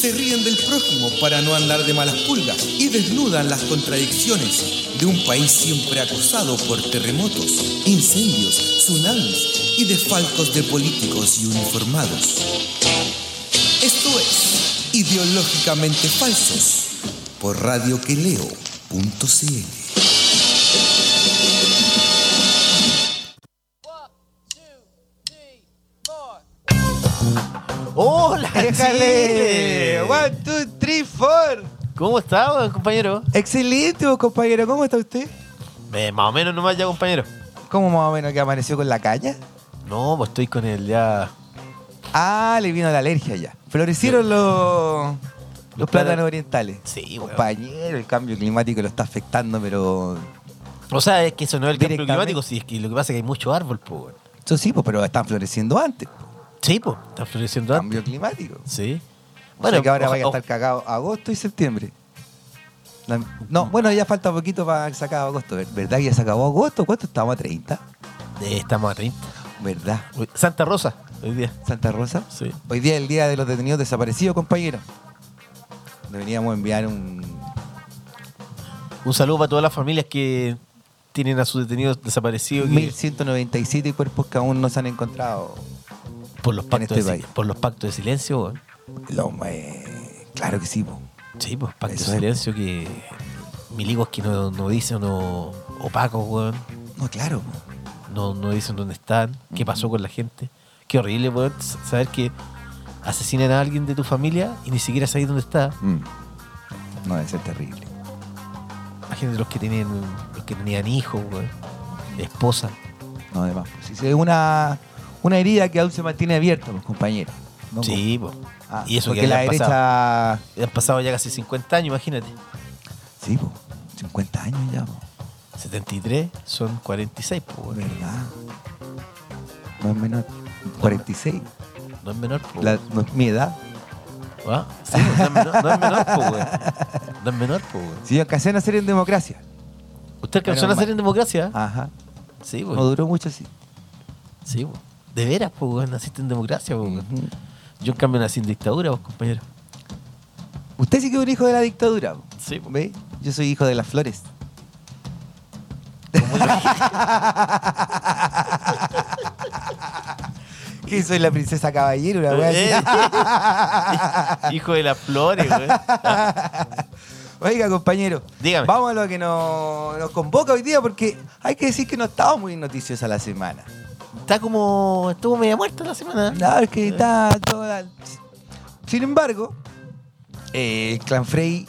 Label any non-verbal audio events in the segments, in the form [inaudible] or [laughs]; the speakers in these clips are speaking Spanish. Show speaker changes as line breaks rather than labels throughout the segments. se ríen del prójimo para no andar de malas pulgas y desnudan las contradicciones de un país siempre acosado por terremotos, incendios, tsunamis y desfalcos de políticos y uniformados. Esto es Ideológicamente Falsos por radioqueleo.cl.
¡Hola,
¡Déjale!
Chile!
One, two, three, four.
¿Cómo está, weón, compañero?
Excelente, vos, compañero. ¿Cómo está usted?
Eh, más o menos nomás ya, compañero.
¿Cómo más o menos que amaneció con la caña?
No, pues estoy con el ya...
Ah, le vino la alergia ya. Florecieron los, los plátanos
Los plátanos.
orientales.
Sí, weón.
Compañero, el cambio climático lo está afectando, pero.
O sea, es que eso no es el cambio
Directamente.
climático, sí, es que lo que pasa es que hay mucho árbol, pues, weón.
Eso sí, pues, pero están floreciendo antes.
Sí, pues, está floreciendo antes.
Cambio climático.
Sí.
Bueno, que ahora
o-
vaya a
o-
estar cagado agosto y septiembre. La- no, bueno, ya falta poquito para que se acabe agosto. Ver- ¿Verdad que ya se acabó agosto? ¿Cuánto estamos a 30?
Eh, estamos a 30.
¿Verdad?
Uy, Santa Rosa, hoy día.
Santa Rosa.
Sí.
Hoy día es el día de los detenidos desaparecidos, compañero. Deberíamos enviar un.
Un saludo para todas las familias que tienen a sus detenidos desaparecidos que-
1197 cuerpos que aún no se han encontrado.
por, los
en
pactos
este
de, si-
país.
por los pactos de silencio, weón.
Lo- eh, claro que sí, po.
Sí, pues pactos
Eso
de
es.
silencio que miligos que no, no dicen no opacos, weón.
No, claro. po.
No, no dicen dónde están, qué pasó con la gente. Qué horrible, weón, s- saber que asesinan a alguien de tu familia y ni siquiera sabes dónde está.
Mm. No debe ser terrible.
Imagínate los que tienen, los que tenían hijos, weón, esposa.
No, además. po. Si se ve una, una herida que aún se mantiene abierta, pues, compañero. No,
Sí, pues.
po. Ah,
y eso que
porque la
habían
derecha.
pasado. Han pasado ya casi 50 años, imagínate.
Sí, po. 50 años ya, po.
73 son 46, pues, weón.
¿Verdad? No es menor. 46.
No es menor, pues.
La- no es mi edad.
Ah, sí, no es menor, no es menor, pues, weón. No es menor, pues, weón.
Si yo alcancé a nacer en democracia.
Usted alcanzó a
Menos
nacer
mal.
en democracia. ¿eh?
Ajá.
Sí,
Ah. No
pues.
duró mucho, sí.
Sí, pues. De veras, pues, weón, naciste en democracia, pues, weón. Yo en cambio nací en dictadura, pues, compañero.
Usted sí que es un hijo de la dictadura. po.
Sí, pues.
¿Ve? Yo soy hijo de las flores. [laughs] ¿Qué soy la princesa caballero? Una wea así?
Eh. [laughs] Hijo de las flores, weón.
[laughs] Oiga, compañero.
Dígame.
Vamos a lo que nos, nos convoca hoy día porque hay que decir que no estaba muy noticiosa la semana.
Está como. Estuvo media muerta la semana.
No, es que está toda la- Sin embargo, eh, el clan Frey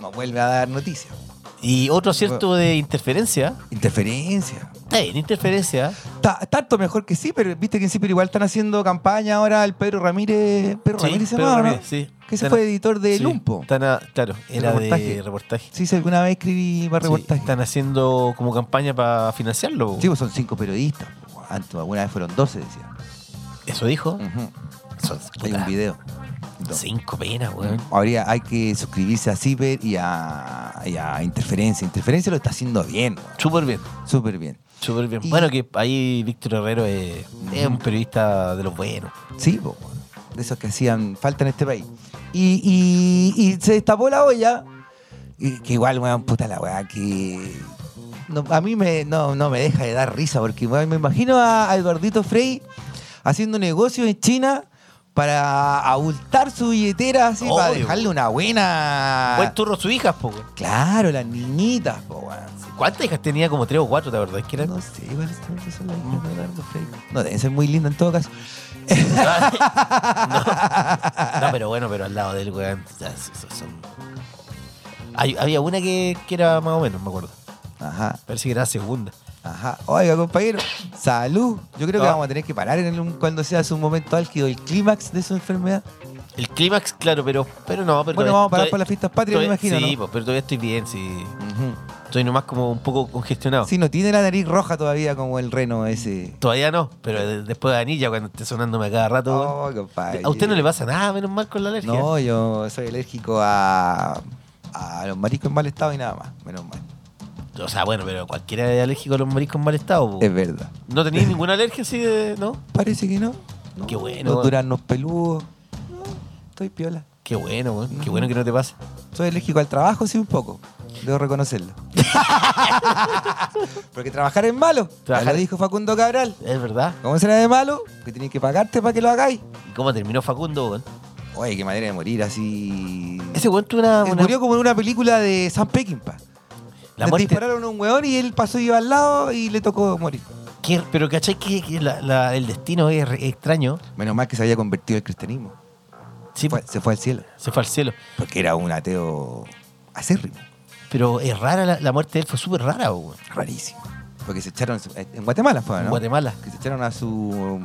nos vuelve a dar noticias.
Y otro acierto de interferencia.
Interferencia.
Está bien, interferencia.
Ta- tanto mejor que sí, pero viste que en sí, pero igual están haciendo campaña ahora el Pedro Ramírez. Pedro
Sí,
Ramírez se
Pedro
llamaba, ¿no?
Ramírez, sí.
Que se
Están-
fue editor de
sí,
Lumpo.
están a- claro, era
reportaje.
de reportaje.
Sí, si alguna vez escribí para
Sí,
reportaje.
están haciendo como campaña para financiarlo. po.
Sí, pues son cinco periodistas. po. Antes, alguna vez fueron 12, decía.
Eso dijo.
Ujú.
Son
Mm. Hay
puta,
un video. Entonces,
Cinco penas, weón.
Habría, hay que suscribirse a Ciber y a, y a Interferencia. Interferencia lo está haciendo bien, weón.
Súper bien,
súper bien.
súper bien.
Y-
Bueno, que ahí Víctor Herrero es, es un periodista de los buenos.
Sí, po, weón. de esos que hacían falta en este país. Y, y- y se destapó la olla. Y que igual, weón, puta la weá, que. no- a mí me, no, no me deja de dar risa, porque weón, me imagino a, a Eduardito Frey haciendo negocios en China para abultar su billetera, así, para
Obvio.
dejarle una buena.
Buen turro su hija, po, weón.
Claro, las niñitas, po, weón.
¿Cuántas hijas tenía? Como tres o cuatro, la verdad. Es que eran-
No sé, igual tanto son las hijas de Eduardo Frey. No, deben ser muy lindas en todo caso.
[laughs]
Ah.
No, pero bueno, pero al lado del weón. ya, so- so- son- Hay- había una que, que era más o menos, me acuerdo.
Ajá.
Parece que era la segunda.
Ajá. Oiga, compañero, salud. Yo creo que
Ah.
vamos a tener que parar en el- cuando sea su momento álgido, el clímax de su enfermedad.
El clímax, claro, pero, pero no. Pero
Bueno,
todavía-
vamos a parar
todavía-
por las fiestas patrias, me
todavía-
imagino,
Sí,
¿no?
pues, pero todavía estoy bien, sí.
Ujú.
Estoy nomás como un poco congestionado.
Sí, no tiene la nariz roja todavía como el reno ese.
Todavía no, pero de- después de Anilla, cuando esté sonándome a cada rato. weón.
Oh, compadre.
a usted no le pasa nada, menos mal con la alergia.
No, yo soy alérgico a, a los mariscos en mal estado y nada más, menos mal.
O sea, bueno, pero cualquiera es alérgico a los mariscos en mal estado. po.
Es verdad.
¿No tenéis ninguna alergia así de.? ¿No?
Parece que no. No.
Qué bueno,
Los
weón.
duraznos peludos. No, estoy piola.
Qué bueno, weón. Qué bueno que no te pase.
Soy alérgico al trabajo, sí, un poco. Debo
[laughs]
reconocerlo. Porque trabajar es malo. Ya
Trabajar-
lo dijo Facundo Cabral.
Es verdad.
¿Cómo será de malo? Que tenés que pagarte para que lo hagáis.
¿Y cómo terminó Facundo, weón?
Oye, qué manera de morir así.
Ese weón tuvo una.
Él
una-
murió como en una película de Sam Peckinpah.
la
Le
muerte.
dispararon a un weón y él pasó iba al lado y le tocó morir.
Qué- pero ¿cachai que, que la- la- el destino es re- extraño?
Menos mal que se había convertido al cristianismo.
Sí,
Fue- se fue al cielo.
se fue al cielo.
Porque era un ateo acérrimo.
Pero es rara, la, la muerte de él fue súper rara, weón.
Rarísimo. Porque se echaron. En Guatemala fue, ¿no?
En Guatemala.
Que se echaron a su.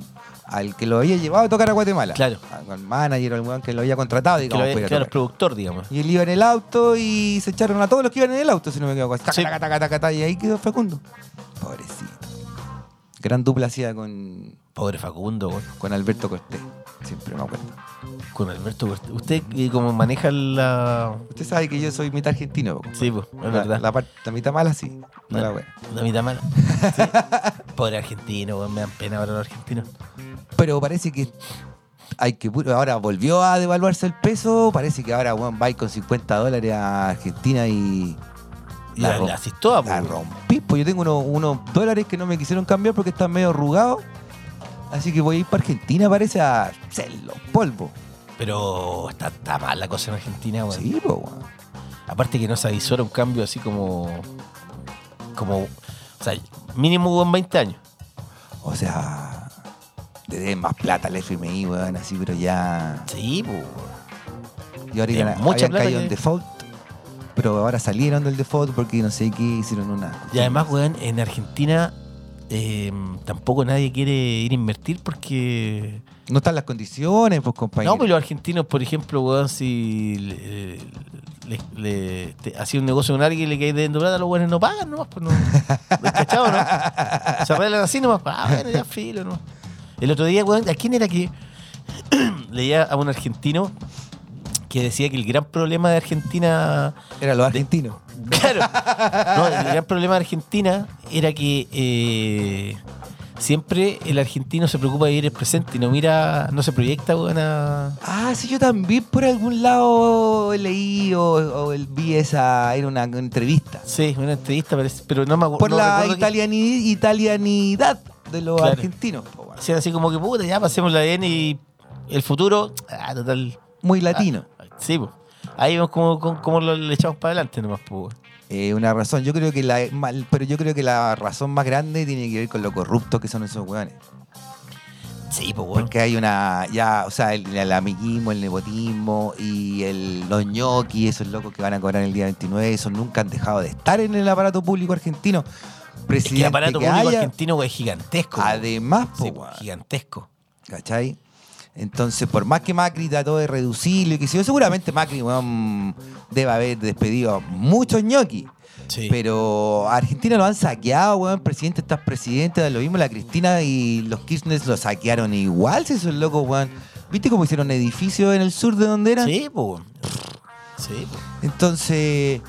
Al que lo había llevado a tocar a Guatemala.
Claro.
Al, al manager, al weón que lo había contratado,
Que
digamos.
lo,
para ir a
claro, el
tocar.
productor, digamos.
y él iba en el auto y se echaron a todos los que iban en el auto, si no me equivoco. Taca,
Sí.
taca, taca, taca, taca, y ahí quedó Facundo. Pobrecito. Gran dupla hacía con,
Pobre Facundo, weón.
con Alberto Cortés. Siempre me acuerdo.
Con Alberto Cortés. Usted, eh, como maneja la.
Usted sabe que yo soy mitad argentino, po.
Sí, pues, es
la,
verdad.
la par- la mitad mala sí. No la buena.
La mitad mala. Pobre argentino, weón, me dan pena para los argentinos.
Pero parece que hay que puro- ahora volvió a devaluarse el peso, parece que ahora weón, va y con 50 dólares a Argentina y
Y la,
rom-
la asistoa,
la
pues, weón.
rompí, pues yo tengo unos, unos dólares que no me quisieron cambiar porque están medio arrugados. Así que voy a ir para Argentina, parece a hacer los polvos.
Pero está, está mal la cosa en Argentina, weón.
Sí, pues, weón.
Aparte que no se avisora un cambio así como. Como. O sea, mínimo con 20 años.
O sea, le den más plata al FMI, weón, así, pero ya.
Sí, pues.
Y ahora
Es
iban a-
mucha
habían
plata
caído en
que-
default. Pero ahora salieron del default porque no sé qué hicieron una.
Y además, weón, en Argentina eh, tampoco nadie quiere ir a invertir porque.
No están las condiciones, pues, compañero.
No, pero los argentinos, por ejemplo, weón, si le, le- le- te- hacía un negocio con alguien y le caes de plata, los weones no pagan nomás, pues no. ¿Cachado, no? Se arreglan así nomás, ah, bueno, ya filo, ¿no? El otro día, weón, ¿a quién era que [clears throat] leía a un argentino que decía que el gran problema de Argentina [laughs]
Eran los argentinos.
Claro. No, el gran problema de Argentina era que eh, siempre el argentino se preocupa de vivir el presente y no mira, no se proyecta weón, a-
Ah, sí, yo también por algún lado leí o, o el- vi esa. Era una entrevista.
Sí, una entrevista, parece, pero no me acuerdo.
Por
no
la
recuerdo que-
italiani- italianidad de los
Claro.
argentinos. po, weón.
Hacían así como que, puta, ya pasemos la ADN y el futuro, ah, total.
Muy latino.
ah, sí, pues. Ahí vemos cómo, cómo- cómo lo le echamos para adelante nomás, pues. weón.
Eh, una razón. Yo creo que la mal- pero yo creo que la razón más grande tiene que ver con lo corruptos que son esos weones.
Sí, pues, weón.
Porque hay una, ya, o sea, el, el amiguismo, el nepotismo y el, los ñoquis, esos locos que van a cobrar el día 29, esos nunca han dejado de estar en el aparato público argentino.
Es
Presidente
que el aparato
que
público
haya,
argentino weón, es gigantesco. weón.
además, po,
Sí, pues. po,
weón,
gigantesco.
¿cachai? Entonces, por más que Macri trató de reducirlo y que si yo, seguramente Macri, weón, debe haber despedido a muchos ñoquis.
Sí.
Pero a Argentina lo han saqueado, weón. Presidente estás presidente, da lo mismo la Cristina y los Kirchner lo saquearon igual, si esos locos, weón. ¿Viste cómo hicieron edificios en el sur de donde eran?
sí, pues. weón. Sí, pues.
Entonces,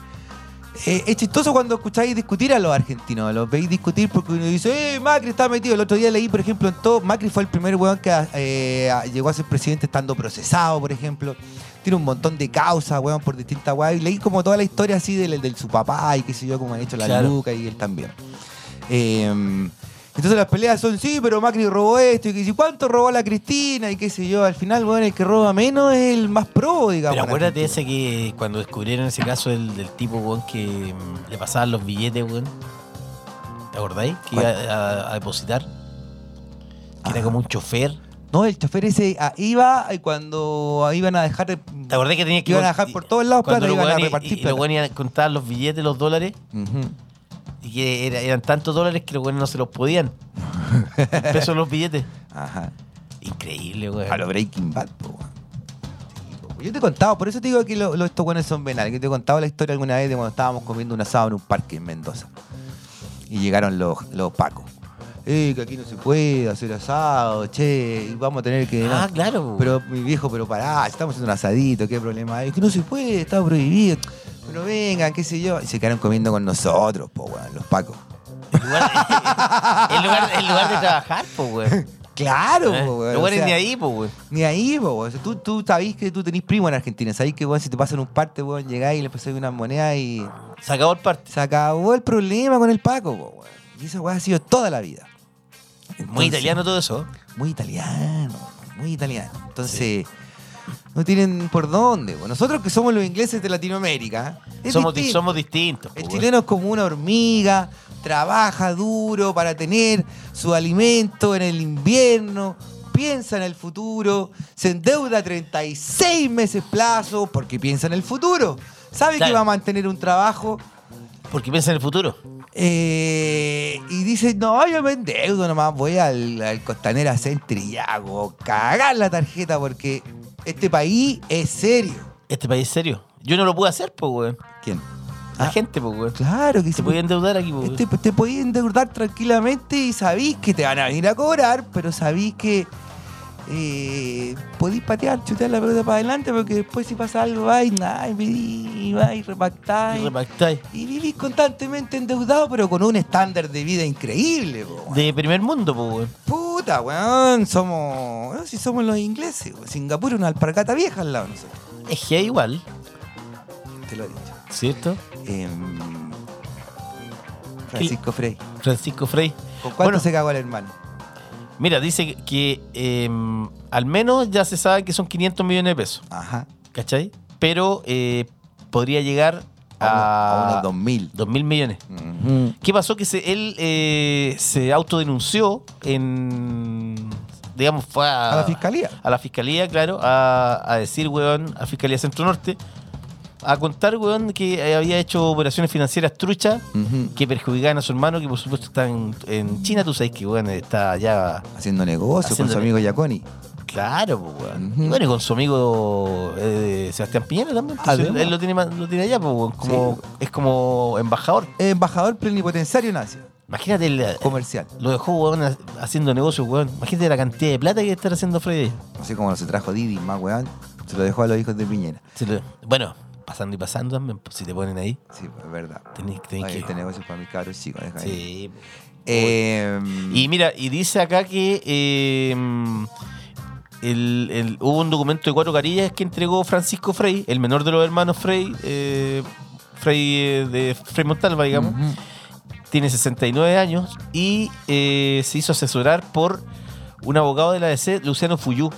eh, es chistoso cuando escucháis discutir a los argentinos. Los veis discutir porque uno dice, ¡eh, Macri está metido! El otro día leí, por ejemplo, en todo, Macri fue el primer weón que eh, a- llegó a ser presidente estando procesado, por ejemplo. Tiene un montón de causas, weón, por distintas weas. Y leí como toda la historia así del, del su papá y qué sé yo, cómo han hecho la
Claro.
luca y él también. Eh, entonces las peleas son, sí, pero Macri robó esto, y que si cuánto robó la Cristina, y qué sé yo, al final, weón, el que roba menos es el más pro, digamos.
Pero
en
acuérdate
Argentina.
ese que cuando descubrieron ese caso del, del tipo, weón, que mm, le pasaban los billetes, weón. ¿Te acordáis? Que iba a, a depositar.
Ah.
Que era como un chofer.
No, el chofer ese ah, iba y cuando iban a dejar.
¿Te acordás que tenía que
Iban a dejar por todos lados
cuando
plata,
los
iban a
weones-
repartir
y- Y los
plata.
weones iban a contar los billetes, los dólares,
Ujú.
y que era- eran tantos dólares que los buenos no se los podían. Pesos los billetes.
Ajá.
Increíble, weón.
A lo Breaking Bad, po, weón. Yo te he contado, por eso te digo que lo- lo- estos buenos son venales. Que te he contado la historia alguna vez de cuando estábamos comiendo un asado en un parque en Mendoza. Y llegaron los, los pacos. Eh, que aquí no se puede hacer asado, che, y vamos a tener que.
Ah,
no.
claro.
Pero mi viejo, pero pará, estamos haciendo un asadito, ¿qué problema hay? Es que no se puede, está prohibido. Pero vengan, qué sé yo. Y se quedaron comiendo con nosotros, po, weón, los pacos.
En lugar, en lugar- en lugar de trabajar, pues,
[laughs]
güey.
Claro,
¿Eh?
po, weón.
Los
o
güeyes
sea,
ni ahí, pues, güey.
Ni ahí, po, weón. O sea, tú, tú sabís que tú tenés primo en Argentina, sabís que, weón, si te pasan un parte, weón, llegáis y le pasás una moneda y
Se acabó el partido.
se acabó el problema con el Paco, po, weón. Y esa weá ha sido toda la vida.
Muy
Entonces,
italiano todo eso.
Muy italiano, muy italiano. Entonces, no tienen por dónde. po. Nosotros que somos los ingleses de Latinoamérica, es
somos, di-
distinto.
somos distintos.
El
po, güey.
chileno es como una hormiga, trabaja duro para tener su alimento en el invierno, piensa en el futuro, se endeuda 36 meses plazo porque piensa en el futuro. Sabe que
Claro.
va a mantener un trabajo
Porque piensa en el futuro.
eh, y dice, no, yo me endeudo nomás, voy al, al Costanera Center y hago cagar la tarjeta porque este país es serio.
Este país es serio. Yo no lo pude hacer, pues, güey.
¿Quién?
La
Ah.
gente, pues, güey.
Claro que
Se
sí.
podía endeudar aquí, pues.
Este- te podías endeudar tranquilamente y sabís que te van a venir a cobrar, pero sabís que eh, podís patear, chutear la pelota para adelante, porque después si pasa algo, vais, nah, y pedí, y vais, y repactás,
Y
y-
repactáis.
Y vivís constantemente endeudado, pero con un estándar de vida increíble, po, weón.
De primer mundo, pues, güey.
Puta, weón, somos. no, si somos los ingleses, weón. Singapur es una alpargata vieja al lado de nosotros.
Es que igual,
Te lo he dicho.
¿cierto?
Em, Francisco Frey. ¿Con
Francisco Frey.
cuánto
Bueno.
se cagó el hermano?
Mira, dice que eh, al menos ya se sabe que son 500 millones de pesos,
Ajá.
¿cachai? Pero eh, podría llegar
a,
a,
unos 2000.
2 mil millones. ¿Qué pasó? Que se- él eh, se autodenunció en. Digamos, fue a,
A la fiscalía.
a la fiscalía, claro, a, a decir, weón, a Fiscalía Centro Norte, a contar, weón, que eh, había hecho operaciones financieras truchas que perjudicaban a su hermano, que por supuesto está en, en China. Tú sabes que, weón, está ya.
Haciendo negocio
Haciendo
con su amigo Yaconi.
Claro, pues, weón.
Ujú.
Y Bueno, y con su amigo eh, Sebastián Piñera también. pues,
Además.
él, él lo tiene, ma- lo tiene allá, pues, weón, como, es como embajador.
Embajador plenipotenciario en Asia.
Imagínate el-
Comercial.
Lo dejó, weón, ha- haciendo negocios, weón. Imagínate la cantidad de plata que está haciendo Freddy.
Así como se trajo Didi, más weón. Se lo dejó a los hijos de Piñera.
Se lo- Bueno, pasando y pasando también, pues, si te ponen ahí,
Sí, es verdad.
tenés, tenés
Oye,
que...
este negocio es para mis cabros chicos. deja ahí.
Sí. pues.
Eh,
Y mira, y dice acá que eh, el- el- hubo un documento de cuatro carillas que entregó Francisco Frey, el menor de los hermanos Frey, eh, Frey eh, de Frey Montalva, digamos.
Ujú.
Tiene 69 años y eh, se hizo asesorar por un abogado de la DC, Luciano Fuyú.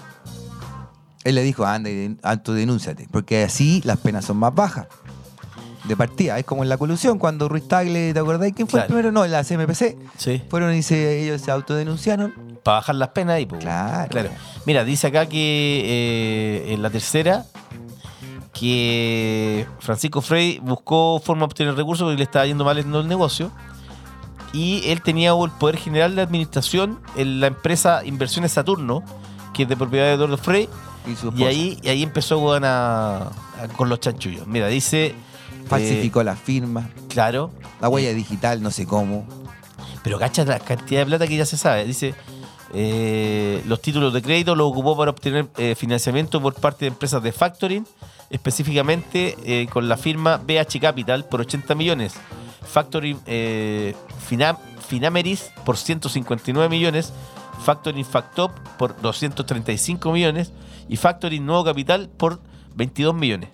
Él le dijo, anda, y autodenúnciate, porque así las penas son más bajas. De partida, es como en la colusión, cuando Ruiz Tagle, ¿te acordáis quién fue el
Claro.
primero? No, en la CMPC.
Sí.
Fueron y se- ellos se autodenunciaron.
Para bajar las penas y pues,
Ah, Claro.
Mira, dice acá que eh, en la tercera que Francisco Frey buscó forma de obtener recursos porque le estaba yendo mal en el negocio. Y él tenía el poder general de administración en la empresa Inversiones Saturno, que es de propiedad de Eduardo Frey.
Y, su
Y
esposa.
ahí, y ahí empezó weón, a- a- con los chanchullos. Mira, dice.
falsificó la firma,
eh, claro.
la huella digital, no sé cómo.
Pero cacha la cantidad de plata que ya se sabe. Dice, eh, los títulos de crédito los ocupó para obtener eh, financiamiento por parte de empresas de factoring, específicamente eh, con la firma BH Capital por 80 millones, Factoring eh, Finam- Finameris por 159 millones, Factoring Factop por 235 millones y Factoring Nuevo Capital por 22 millones.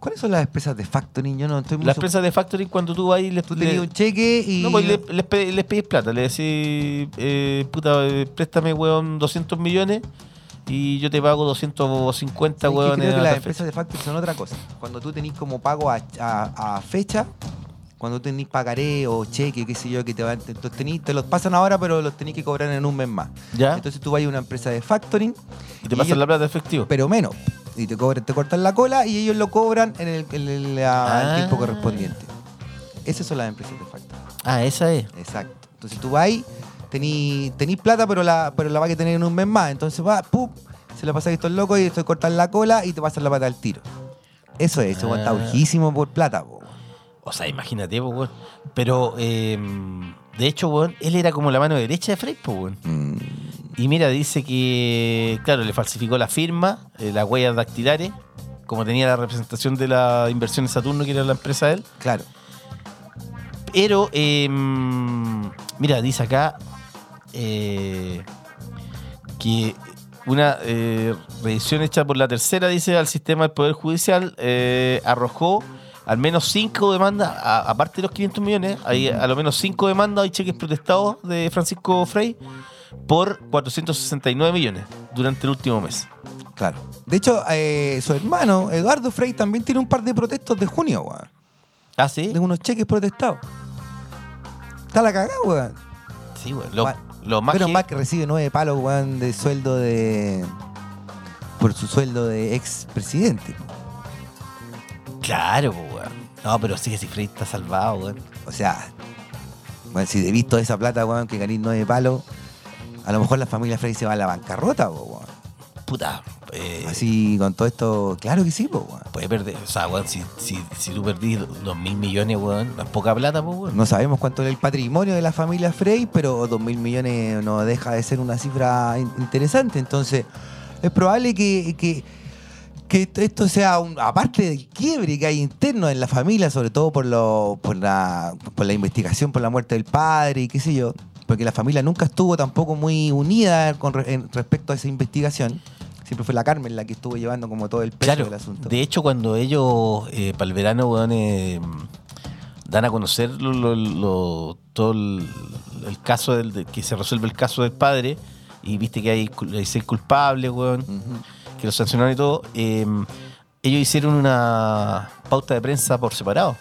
¿Cuáles son las empresas de factoring? Yo no estoy muy
Las
sup-
empresas de factoring cuando tú vas y les,
Tú
le-
tenías un cheque y.
No, pues le- les, pe- les pedís plata, le decís, eh, puta, eh, préstame, weón, 200 millones y yo te pago 250,
Es que
weón,
creo
en
que las
la
empresas de factoring son otra cosa. Cuando tú tenés como pago a, a- a fecha, cuando tenés pagaré o cheque, qué sé yo, que te van. Te, los tenís- te los pasan ahora, pero los tenés que cobrar en un mes más.
¿Ya?
Entonces tú vas a una empresa de factoring,
y te
y
pasan
ellos-
la plata de efectivo.
pero menos. Y te, cobran, te cortan la cola y ellos lo cobran en el, en el- la- el
Ah.
tiempo correspondiente. Esas son las empresas de factoring.
Ah, esa es.
Exacto. Entonces tú vas ahí, tenís tení plata, pero la, pero la vas a tener en un mes más. Entonces vas, pum, se la pasan a estos locos y esto es cortar la cola y te pasan la pata al tiro. Eso es, eso está
Ah.
urgísimo por plata, po.
O sea, imagínate, po, weón. Pero, eh, de hecho, weón, él era como la mano derecha de Frey, po, weón.
Mm,
Y mira, dice que, claro, le falsificó la firma, eh, las huellas dactilares, como tenía la representación de la inversión de Saturno, que era la empresa de él.
claro.
Pero, eh, mira, dice acá eh, que una eh, revisión hecha por la tercera, dice, al sistema del Poder Judicial, eh, arrojó al menos cinco demandas, a- aparte de los 500 millones, hay a lo menos cinco demandas, hay cheques protestados de Francisco Frey por 469 millones durante el último mes.
Claro. De hecho, eh, su hermano, Eduardo Frey, también tiene un par de protestos de junio, weón.
¿Ah, sí?
De unos cheques protestados. Está la cagada, weón.
Sí, güey. Lo,
Bueno,
lo más
Menos
que-
mal que recibe nueve palos, weón, de sueldo de. Por su sueldo de expresidente.
Claro, po, güey. No, pero sí que si Frey está salvado, güey.
O sea, weón, si de visto esa plata, weón, que gané nueve palos, a lo mejor la familia Frey se va a la bancarrota, po, weón.
Puta. eh,
Así con todo esto, claro que sí, po, weón.
Puede perder, o sea, weón, si, si, si tú perdís dos mil millones, weón, no es poca plata, pues, weón.
No sabemos cuánto es el patrimonio de la familia Frey, pero 2 mil millones no deja de ser una cifra in- interesante. Entonces, es probable que, que- que esto sea, un- aparte del quiebre que hay interno en la familia, sobre todo por, lo, por, la, por la investigación, por la muerte del padre y qué sé yo, porque la familia nunca estuvo tampoco muy unida con re- en- respecto a esa investigación. Siempre fue la Carmen la que estuvo llevando como todo el peso
Claro,
del asunto.
de hecho, cuando ellos, para el verano, weón, eh, dan a conocer lo- lo- lo- todo el, el caso del, de- que se resuelve el caso del padre, y viste que hay, cul- hay seis culpables, weón,
Ujú.
que los sancionaron y todo, eh, ellos hicieron una pauta de prensa por separado.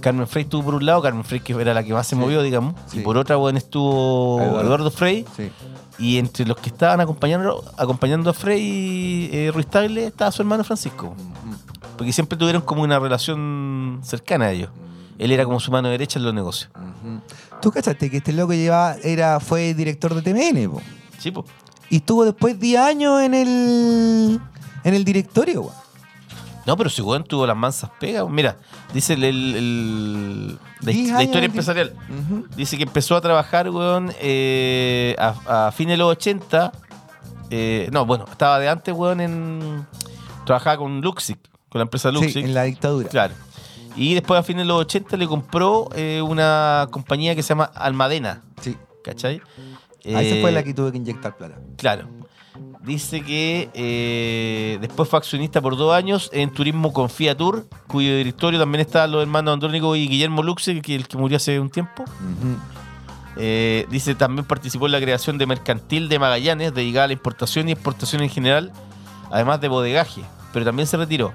Carmen Frey estuvo por un lado, Carmen Frey que era la que más se
Ah. Sí.
movió, digamos,
Sí.
y por otra, weón, estuvo
Eduardo.
Eduardo Frey,
Sí.
Y entre los que estaban acompañando, acompañando a Frey eh, Ruiz Tagle estaba su hermano Francisco.
Ujú.
Porque siempre tuvieron como una relación cercana a ellos. Él era como su mano derecha en los negocios.
Ujú. Tú cachaste que este loco llevaba, era, fue director de TMN, po.
Sí, po.
Y estuvo después 10 años en el. en el directorio, weón.
No, pero si weón tuvo las mansas pegas. Mira, dice el, el- el- la,
Diez
his- la
años
historia
de-
empresarial.
Ujú.
Dice que empezó a trabajar, weón, eh, a, a fines de los 80. eh, no, bueno, estaba de antes, weón, en. Trabajaba con Luxic, con la empresa Luxic.
Sí, en la dictadura.
Claro. Y después a fines de los 80 le compró eh, una compañía que se llama Almadena,
Sí.
¿cachai?
Ahí se
Eh,
Ah, fue la que tuve que inyectar plata.
Claro. Dice que eh, después fue accionista por dos años en Turismo Confía Tour, cuyo directorio también estaban los hermanos Andrónico y Guillermo Luxe, que el que murió hace un tiempo.
Ujú.
Eh, dice también participó en la creación de Mercantil de Magallanes, dedicada a la importación y exportación en general, además de bodegaje, pero también se retiró.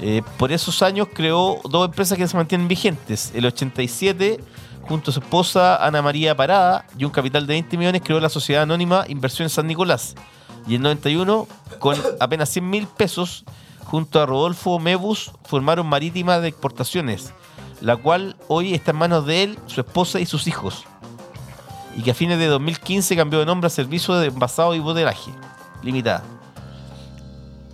Eh, por esos años creó dos empresas que se mantienen vigentes. El 87, junto a su esposa Ana María Parada, y un capital de 20 millones, creó la sociedad anónima Inversión San Nicolás. Y el 91, con apenas 100 mil pesos, junto a Rodolfo Mebus, formaron Marítima de Exportaciones, la cual hoy está en manos de él, su esposa y sus hijos. Y que a fines de 2015 cambió de nombre a Servicio de Envasado y Botelaje Limitada.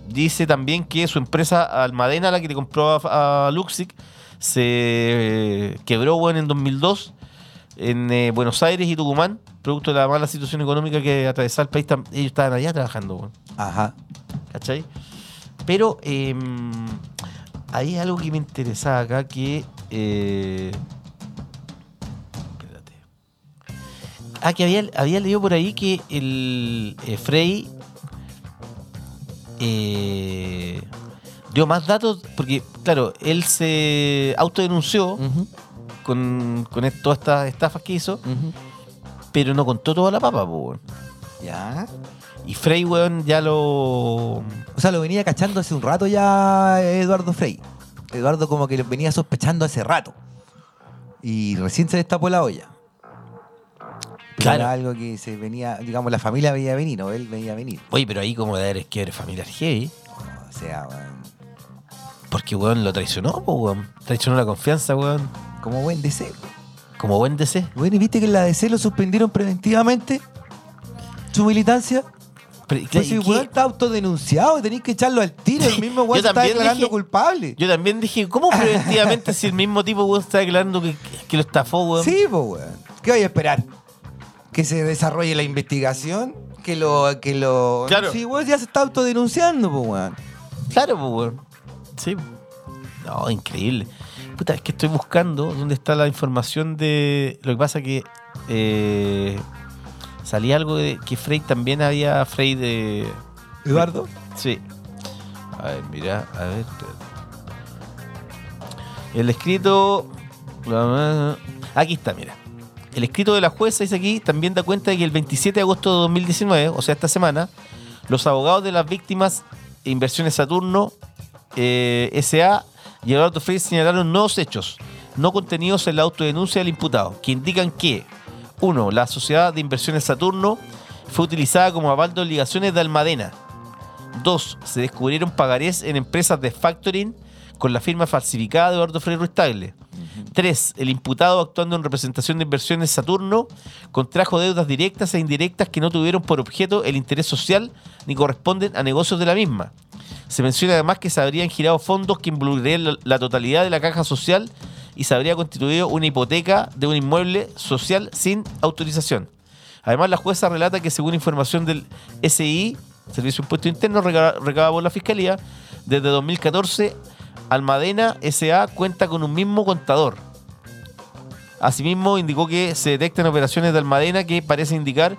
Dice también que su empresa Almadena, la que le compró a, a Luxic, se eh, quebró bueno, en 2002 en eh, Buenos Aires y Tucumán, producto de la mala situación económica que atravesaba el país. tam- Ellos estaban allá trabajando. bueno.
Ajá.
¿Cachai? Pero eh, hay algo que me interesaba acá que. eh, espérate. Ah, que había, había leído por ahí que el eh, Frey eh, dio más datos, porque, claro, él se autodenunció
Ujú,
con, con est- todas estas estafas que hizo,
ujú.
pero no contó toda la papa, po, weón.
Ya.
Y Frey, weón, ya lo.
O sea, lo venía cachando hace un rato ya eh, Eduardo Frey. Eduardo como que lo venía sospechando hace rato. Y recién se destapó la olla. Pero
Claro.
Era algo que se venía, digamos, la familia venía a venir, o él venía a venir.
Oye, pero ahí como de haber quiebre familiar heavy.
O sea, weón,
Porque, weón, lo traicionó, po, weón. Traicionó la confianza, weón.
como buen deseo.
Como buen DC.
Bueno, y viste que en la DC lo suspendieron preventivamente. Su militancia.
Pero,
Pues si
¿qué?
el weón está autodenunciado, tenéis que echarlo al tiro.
[laughs]
El mismo weón
Yo
se está
también
declarando
dije-
culpable.
Yo también dije,
[laughs]
¿cómo preventivamente si el mismo tipo weón, está declarando que, que lo estafó, weón?
Sí, pues, weón. ¿Qué voy a esperar? ¿Que se desarrolle la investigación? Que lo. Que lo...
Claro.
Sí, weón, ya se está autodenunciando, pues, weón.
Claro, pues, weón. Sí. No, increíble. Puta, es que estoy buscando dónde está la información de. Lo que pasa que. eh, salía algo de que Frey también había. Frey de.
Eduardo.
Sí. A ver, mira, a ver. espérate. El escrito. Aquí está, mira. El escrito de la jueza dice aquí también da cuenta de que el 27 de agosto de 2019, o sea, esta semana, los abogados de las víctimas e Inversiones Saturno eh, S.A. y Eduardo Frey señalaron nuevos hechos no contenidos en la autodenuncia del imputado, que indican que, uno, la sociedad de inversiones Saturno fue utilizada como aval de obligaciones de Almadena. 2. Se descubrieron pagarés en empresas de factoring con la firma falsificada de Eduardo Frei Ruiz Tagle. 3. El imputado actuando en representación de inversiones Saturno contrajo deudas directas e indirectas que no tuvieron por objeto el interés social ni corresponden a negocios de la misma. Se menciona además que se habrían girado fondos que involucrarían la- la totalidad de la caja social y se habría constituido una hipoteca de un inmueble social sin autorización. Además, la jueza relata que según información del SI, Servicio de Impuesto Interno, rega- recabado por la Fiscalía, desde 2014, Almadena SA cuenta con un mismo contador. Asimismo, indicó que se detectan operaciones de Almadena que parece indicar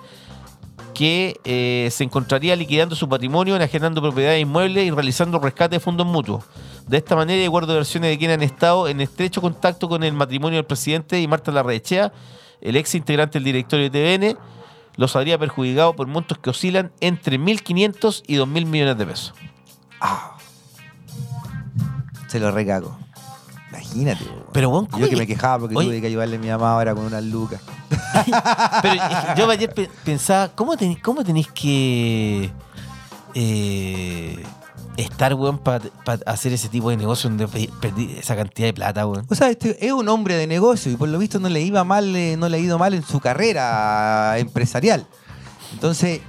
que eh, se encontraría liquidando su patrimonio, enajenando propiedades inmuebles y realizando rescate de fondos mutuos. De esta manera, y de acuerdo a versiones de quienes han estado en estrecho contacto con el matrimonio del presidente y Marta Larrechea, el ex integrante del directorio de TVN, los habría perjudicado por montos que oscilan entre 1.500 y 2.000 millones de pesos.
Ah. Se lo recago. Imagínate, weón.
Pero, weón, ¿cómo
Yo que
es
me
que-
quejaba porque
Oye.
tuve que ayudarle a mi mamá ahora con unas lucas.
Pero yo ayer pe- pensaba, ¿cómo, ten- cómo tenéis que eh, estar, weón, para hacer ese tipo de negocio donde pe- perdí esa cantidad de plata, weón?
O sea, este es un hombre de negocio y por lo visto no le iba mal, eh, no le ha ido mal en su carrera empresarial. Entonces,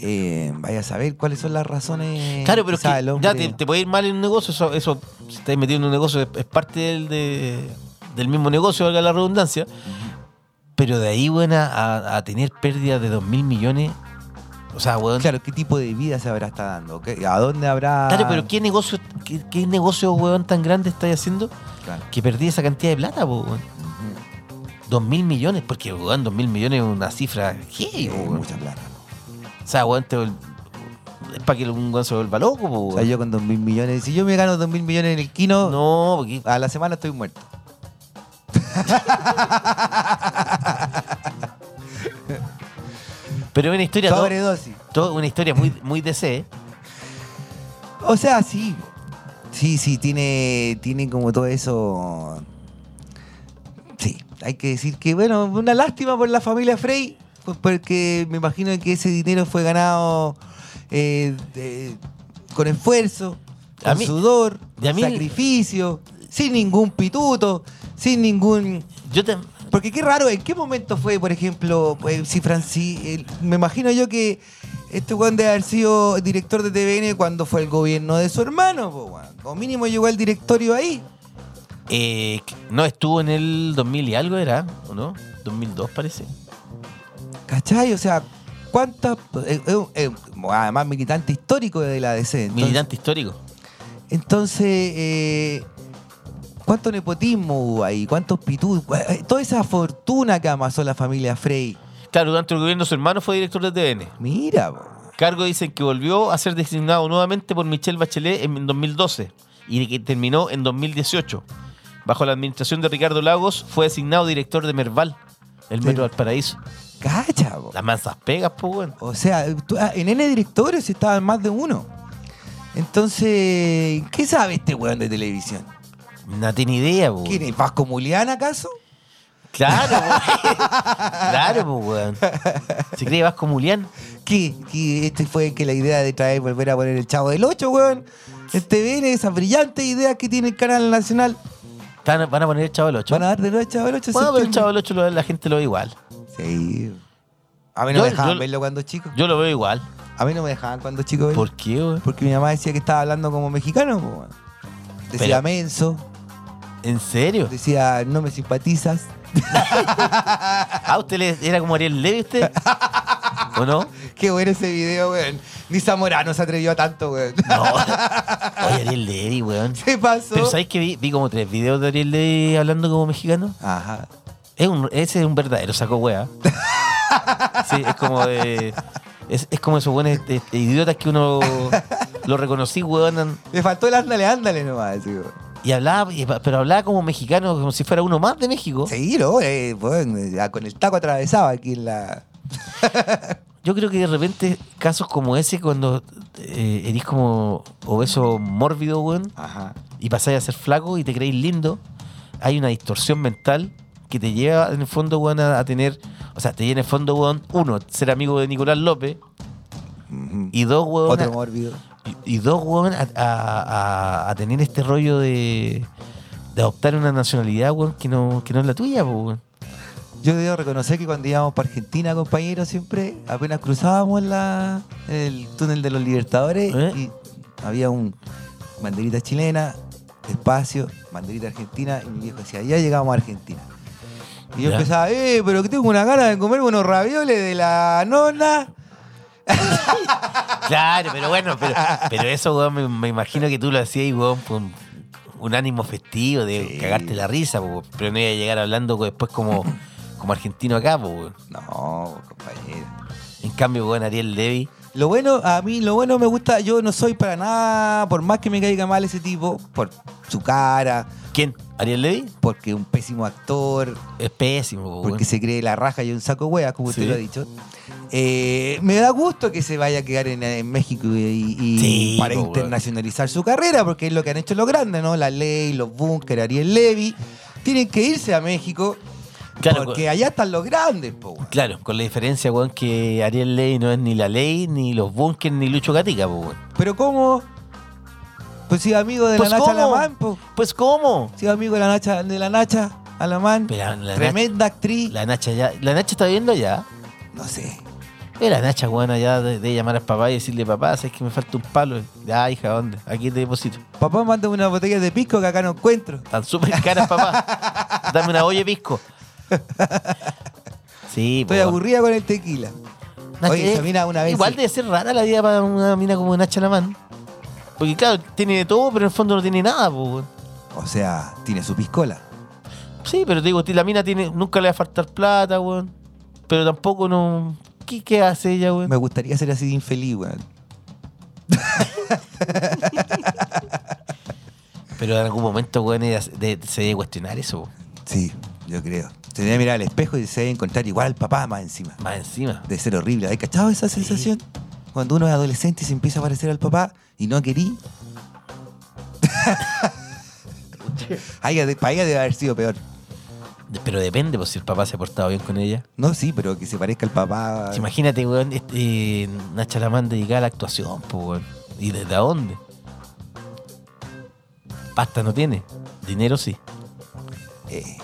eh, vaya a saber cuáles son las razones.
Claro, pero es
quizá,
que
del hombre.
ya te, te puede ir mal en un negocio, eso, eso si estáis metido en un negocio, es, es parte del, de- del mismo negocio, valga la redundancia. Pero de ahí, weón, a, a tener pérdidas de 2 mil millones, o sea, weón.
Claro, ¿qué tipo de vida se habrá estado dando? ¿Qué- ¿A dónde habrá?
Claro, pero ¿qué negocio, qué, qué negocio, weón, tan grande estáis haciendo
Claro.
que perdí esa cantidad de plata, po, weón? Dos mil millones, porque, weón, dos mil millones es una cifra heavy,
Eh,
po, weón.
mucha plata. ¿no?
O sea, weón, te vol- es para que un weón se vuelva loco, po,
O
weón.
sea, yo con dos mil millones, si yo me gano dos mil millones en el Kino,
No, porque
a la semana estoy muerto.
Pero es una historia, todo-
Sobredosis.
todo una historia muy, muy DC. ¿eh?
O sea, sí. Sí, sí, tiene, tiene como todo eso. Sí, hay que decir que, bueno, una lástima por la familia Frey, pues, porque me imagino que ese dinero fue ganado eh, de- con esfuerzo,
A
con
mí-
sudor,
y a
con
mí-
sacrificio, sin ningún pituto, sin ningún.
Yo te,
Porque qué raro, ¿en qué momento fue, por ejemplo, pues, si Francis, el- me imagino yo que este weón debe haber sido director de TVN cuando fue el gobierno de su hermano, po, weón. o mínimo llegó al directorio ahí.
eh, no estuvo en el 2000 y algo, ¿era? ¿O no? 2002 parece.
¿Cachai? O sea, ¿cuántas? eh, eh, eh, además, militante histórico de la DC. entonces-
Militante histórico.
Entonces, eh, ¿cuánto nepotismo hubo ahí? ¿Cuántos pitudos? eh, Toda esa fortuna que amasó la familia Frey.
Claro, durante el gobierno de su hermano fue director de TVN.
Mira, po, weón.
Cargo dicen que volvió a ser designado nuevamente por Michelle Bachelet en 2012 y que terminó en 2018. Bajo la administración de Ricardo Lagos fue designado director de Merval, el
Sí.
Metro del Paraíso.
cacha, po.
Las mansas pegas, pues, bueno.
O sea, tú- ah, en N directores estaban más de uno. Entonces, ¿qué sabe este weón de televisión?
No tiene idea, pues.
¿Quién es? ¿Vasco Mulián acaso?
Claro,
[laughs]
pues. claro, pues, weón. Se cree Vasco Mulián.
¿Qué? ¿Qué? Este fue que la idea de traer, volver a poner el chavo del 8, weón. Este viene, esas brillantes ideas que tiene el canal nacional.
Están- Van a poner el Chavo del 8.
Van a dar de nuevo el chavo del 8.
Bueno, pero el Chavo del 8 lo- la gente lo ve igual.
Sí. A mí no
Yo-
me dejaban
yo-
verlo cuando chico.
Yo lo veo igual.
A mí no me dejaban cuando chico ver.
¿Por qué, weón?
Porque mi mamá decía que estaba hablando como mexicano. po, weón. Decía
Pero-
menso,
¿En serio?
decía no me simpatizas.
¿A Ah, usted le- era como Ariel Levy usted? ¿O no?
Qué bueno ese video, weón. Ni Zamorano se atrevió a tanto, weón. [laughs]
No. Oye, Ariel Levy, weón.
¿Qué pasó?
Pero ¿sabes que vi? Vi como tres videos de Ariel Levy hablando como mexicano.
Ajá.
Es un, ese es un verdadero saco wea. Sí, es como de. Es, es como esos buenos eh, idiotas que uno lo reconocí, weón.
Le faltó el ándale, ándale nomás. así, weón.
Y hablaba, y- pero hablaba como mexicano, como si fuera uno más de México.
Sí, no, eh, weón, ya con el taco atravesaba aquí en la.
Yo creo que de repente casos como ese, cuando eh, eres como obeso mórbido, weón,
Ajá.
y pasáis a ser flaco y te creéis lindo, hay una distorsión mental que te lleva en el fondo, weón, a, a tener. O sea, te lleva en el fondo, weón, uno, ser amigo de Nicolás López,
Ujú.
y dos, weón,
Otro
a-
mórbido.
Y, y dos, weón, a, a- a- a tener este rollo de, de adoptar una nacionalidad, weón, que no, que no es la tuya, po, weón.
Yo debo reconocer que cuando íbamos para Argentina, compañero, siempre apenas cruzábamos la, el túnel de los Libertadores
¿Eh?
y había un banderita chilena, espacio, banderita argentina, y mi viejo decía, ya llegamos a Argentina. Y yo
Ya.
empezaba, eh, pero que tengo una gana de comer unos ravioles de la nona.
Claro, pero bueno, pero, pero eso, weón, me, me imagino que tú lo hacías, weón, con un ánimo festivo de cagarte la risa, po, weón. pero no iba a llegar hablando co- después como, como argentino acá, po, weón.
No, compañero.
En cambio, weón, Ariel Levy,
Lo bueno, a mí, lo bueno me gusta, yo no soy para nada, por más que me caiga mal ese tipo, por su cara,
¿quién? ¿Ariel Levy?
porque es un pésimo actor,
Es pésimo, po, Pues, weón.
porque se cree la raja y un saco de hueá, como
Sí.
usted lo ha dicho. Eh, me da gusto que se vaya a quedar en, en México y, y-
Sí, pues,
para
po,
internacionalizar su carrera, porque es lo que han hecho los grandes, ¿no? La ley, los búnker, Ariel Levy. Tienen que irse a México
Claro, pues.
porque
weón.
allá están los grandes, po. weón.
Claro, con la diferencia, weón, que Ariel Levy no es ni la ley, ni los bunkers, ni Lucho Gatica, po, weón.
Pero ¿cómo? Pues sí, amigo de
Pues,
la Nacha
¿cómo?
Alamán, po.
Pues, ¿cómo?
Sí, amigo de la Nacha, de la Nacha Alamán.
Pero la
tremenda actriz.
La Nacha ya. La Nacha está viendo ya.
No sé.
Eh, la Nacha, weón, allá de, de llamar al papá y decirle, papá, sabes que me falta un palo. Ah, hija, ¿dónde? Aquí te deposito.
Papá manda unas botellas de pisco que acá no encuentro.
Tan súper caras, papá.
[laughs]
Dame una olla de pisco. Sí,
Estoy
po.
aburrida con el tequila.
Nacha,
Oye,
eh,
esa mina una vez
Igual
se-
debe ser rara la vida para una mina como Nacha Lamán. Porque claro, tiene de todo, pero en el fondo no tiene nada, po, weón.
O sea, tiene su piscola.
Sí, pero te digo, la mina tiene, nunca le va a faltar plata, weón. Pero tampoco no. ¿Qué, qué hace ella, weón?
Me gustaría ser así de infeliz, weón.
Pero en algún momento, weón, ella se de- se debe cuestionar eso, po.
Sí, yo creo. Se debe mirar al espejo y se debe encontrar igual al papá más encima.
Más encima.
De ser horrible. ¿Hay cachado esa sensación? Cuando uno es adolescente y se empieza a parecer al papá y no querí.
[laughs]
Ay, de- para ella debe haber sido peor.
De- Pero depende, pues, si el papá se ha portado bien con ella.
No, sí, pero que se parezca al papá.
Sí, Imagínate, weón, este, eh, Nacha Lamán dedicada a la actuación, pues, weón. ¿Y desde a dónde? Pasta no tiene. Dinero sí.
Eh,